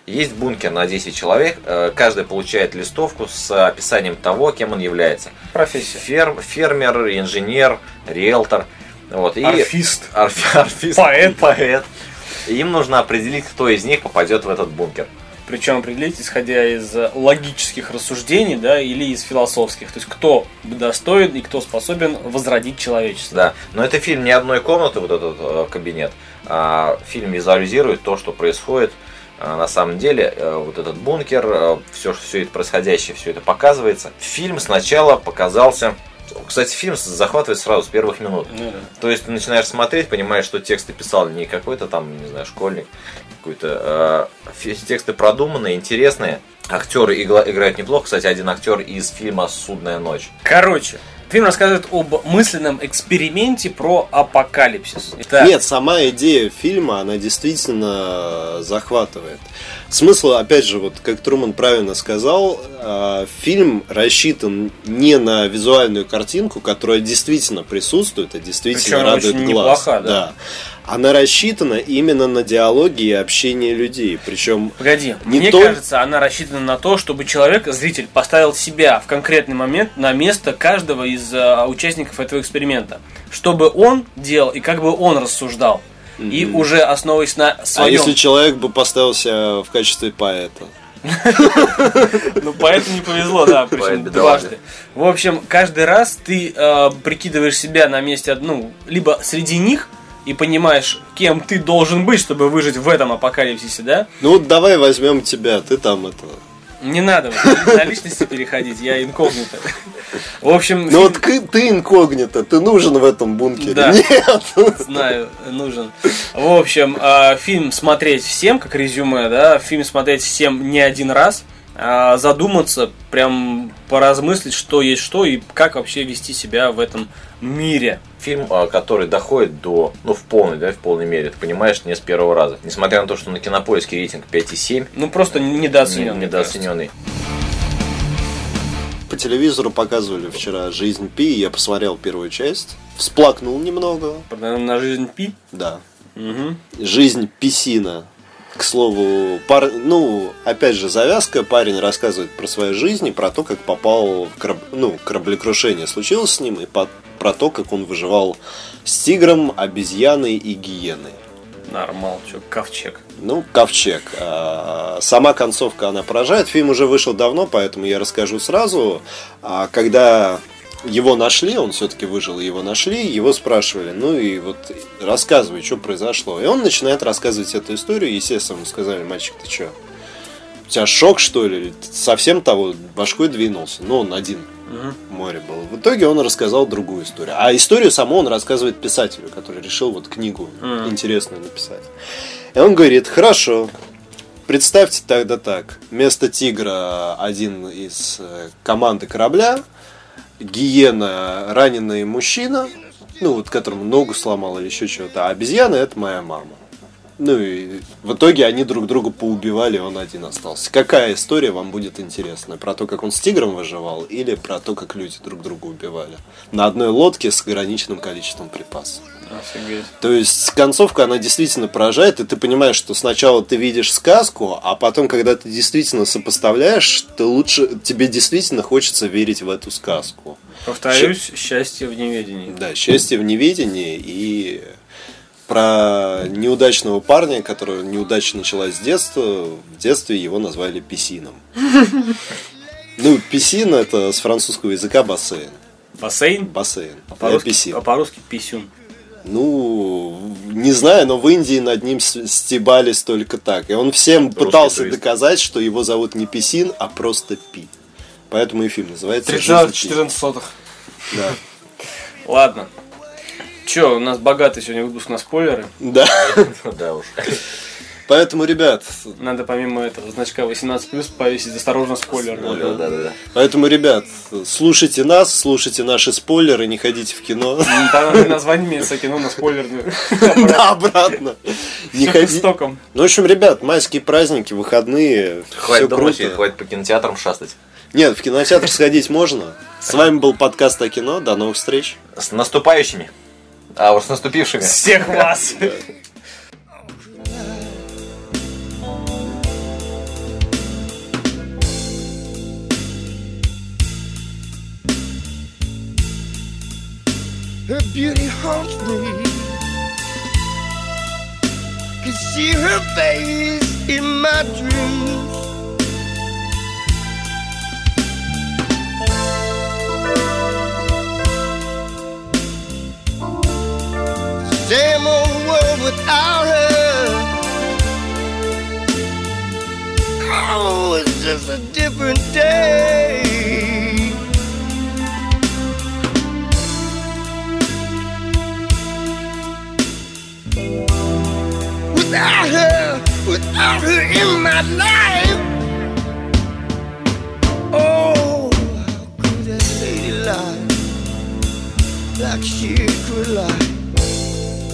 Speaker 3: Есть бункер на 10 человек. э, Каждый получает листовку с описанием того, кем он является.
Speaker 4: Профессия.
Speaker 3: Ферм- фермер, инженер, риэлтор. Вот, и
Speaker 7: Орфист.
Speaker 3: орф- орфист,
Speaker 7: Поэт.
Speaker 3: поэт. Им нужно определить, кто из них попадет в этот бункер.
Speaker 4: Причем определить, исходя из э, логических рассуждений, да, или из философских. То есть, кто достоин и кто способен возродить человечество.
Speaker 3: Да, но это фильм не одной комнаты, вот этот э, кабинет. а фильм визуализирует то, что происходит э, на самом деле. Э, вот этот бункер, все, все это происходящее, все это показывается. Фильм сначала показался... Кстати, фильм захватывает сразу с первых минут.
Speaker 4: Ну да.
Speaker 3: То есть ты начинаешь смотреть, понимаешь, что тексты писал не какой-то там, не знаю, школьник, какой-то. э, фи- тексты продуманные, интересные. Актеры игла- играют неплохо. Кстати, один актер из фильма Судная ночь.
Speaker 4: Короче, фильм рассказывает об мысленном эксперименте про апокалипсис. Итак,
Speaker 1: Нет, сама идея фильма, она действительно э, захватывает. Смысл, опять же, вот как Труман правильно сказал, э, фильм рассчитан не на визуальную картинку, которая действительно присутствует и действительно
Speaker 4: Причём
Speaker 1: радует
Speaker 4: очень
Speaker 1: глаз.
Speaker 4: неплоха, да.
Speaker 1: Она рассчитана именно на диалоги и общение людей. Причем
Speaker 4: Погоди,
Speaker 1: Не
Speaker 4: мне
Speaker 1: то-
Speaker 4: кажется, она рассчитана на то, чтобы человек, зритель, поставил себя в конкретный момент на место каждого из э, участников этого эксперимента, чтобы он делал и как бы он рассуждал, и уже основываясь на
Speaker 1: а
Speaker 4: своем.
Speaker 1: если человек бы поставил себя в качестве поэта?
Speaker 4: Ну, поэтому не повезло, да,
Speaker 3: Поэт
Speaker 4: причем
Speaker 3: бедолага.
Speaker 4: дважды. В общем, каждый раз ты э, прикидываешь себя на месте, ну, либо среди них, и понимаешь, кем ты должен быть, чтобы выжить в этом апокалипсисе, да?
Speaker 1: Ну вот давай возьмем тебя, ты там это.
Speaker 4: Не надо вот на личности переходить, я инкогнито. В общем,
Speaker 1: Ну вот к- ты инкогнито, ты нужен в этом бункере.
Speaker 4: Да.
Speaker 1: Нет.
Speaker 4: знаю, нужен. В общем, э, фильм смотреть всем, как резюме, да, фильм смотреть всем не один раз, а задуматься, прям поразмыслить, что есть что и как вообще вести себя в этом мире.
Speaker 3: фильм, а, который доходит до, ну, в полной, да, в полной мере, ты понимаешь, не с первого раза. Несмотря на то, что на кинопоиске рейтинг 5,7,
Speaker 4: Ну, просто
Speaker 3: не-
Speaker 4: недооценен. мне кажется.
Speaker 3: недооцененный.
Speaker 1: По телевизору показывали вчера «Жизнь Пи», я посмотрел первую часть, всплакнул немного,
Speaker 4: Наверное, На жизнь пи.
Speaker 1: да.
Speaker 4: Мгм.
Speaker 1: «Жизнь Писина». К слову, пар... ну, опять же, завязка. Парень рассказывает про свою жизнь и про то, как попал в кораб... ну, кораблекрушение случилось с ним, и по- про то, как он выживал с тигром, обезьяной и гиеной.
Speaker 4: Нормал, чё, ковчег.
Speaker 1: Ну, ковчег. А, Сама концовка она поражает. Фильм уже вышел давно, поэтому я расскажу сразу. А, Когда его нашли, он все-таки выжил, и его нашли, его спрашивали, ну и вот рассказывай, что произошло. И он начинает рассказывать эту историю, естественно, ему сказали, мальчик, ты что? У тебя шок, что ли? Или ты совсем того башкой двинулся? Ну, он один в море был. В итоге он рассказал другую историю. А историю саму он рассказывает писателю, который решил вот книгу интересную написать. И он говорит, хорошо, представьте тогда так. Вместо тигра один из э, команды корабля, гиена раненый мужчина, ну вот которому ногу сломал или еще что-то, а обезьяна это моя мама. Ну и в итоге они друг друга поубивали, он один остался. Какая история вам будет интересна? Про то, как он с тигром выживал, или про то, как люди друг друга убивали? На одной лодке с ограниченным количеством припасов.
Speaker 4: Офигеть.
Speaker 1: То есть концовка, она действительно поражает, и ты понимаешь, что сначала ты видишь сказку, а потом, когда ты действительно сопоставляешь, ты лучше, тебе действительно хочется верить в эту сказку.
Speaker 4: Повторюсь, счастье в неведении.
Speaker 1: Да, счастье в неведении и про неудачного парня, которого неудача началась с детства. В детстве его назвали писином. Ну, писин это с французского языка бассейн.
Speaker 4: Бассейн?
Speaker 1: Бассейн.
Speaker 4: А
Speaker 1: Я
Speaker 4: по-русски,
Speaker 1: писин.
Speaker 4: а по-русски писюн.
Speaker 1: Ну, не знаю, но в Индии над ним с- стебались только так. И он всем пытался
Speaker 3: турист.
Speaker 1: доказать, что его зовут не писин, а просто пи. Поэтому и фильм называется «Жизнь Пи».
Speaker 5: 13-14 сотых.
Speaker 1: Да.
Speaker 4: Ладно. Че, у нас богатый сегодня выпуск на спойлеры.
Speaker 1: Да.
Speaker 3: Да уж.
Speaker 1: Поэтому, ребят,
Speaker 4: Надо помимо этого значка 18+, повесить осторожно спойлеры.
Speaker 3: Да, да, да.
Speaker 1: Поэтому, ребят, слушайте нас, слушайте наши спойлеры, не ходите в кино.
Speaker 4: Ну, Там надо название имеется кино на спойлерную.
Speaker 1: Да, обратно. Не
Speaker 4: Всё
Speaker 1: ходи.
Speaker 4: жестоком.
Speaker 1: Ну, в общем, ребят, майские праздники, выходные. Все
Speaker 3: Хватит дома сидеть,
Speaker 1: круто.
Speaker 3: хватит по кинотеатрам шастать.
Speaker 1: Нет, в кинотеатр сходить можно. С вами был подкаст о кино. До новых встреч.
Speaker 3: С наступающими. А уж с наступившими.
Speaker 4: Всех вас!
Speaker 7: Her beauty haunts me. Can see her face in my dreams. Same old world without her. Oh, it's just a different day. without her, without her in my life. Oh, how could that lady lie like she could lie?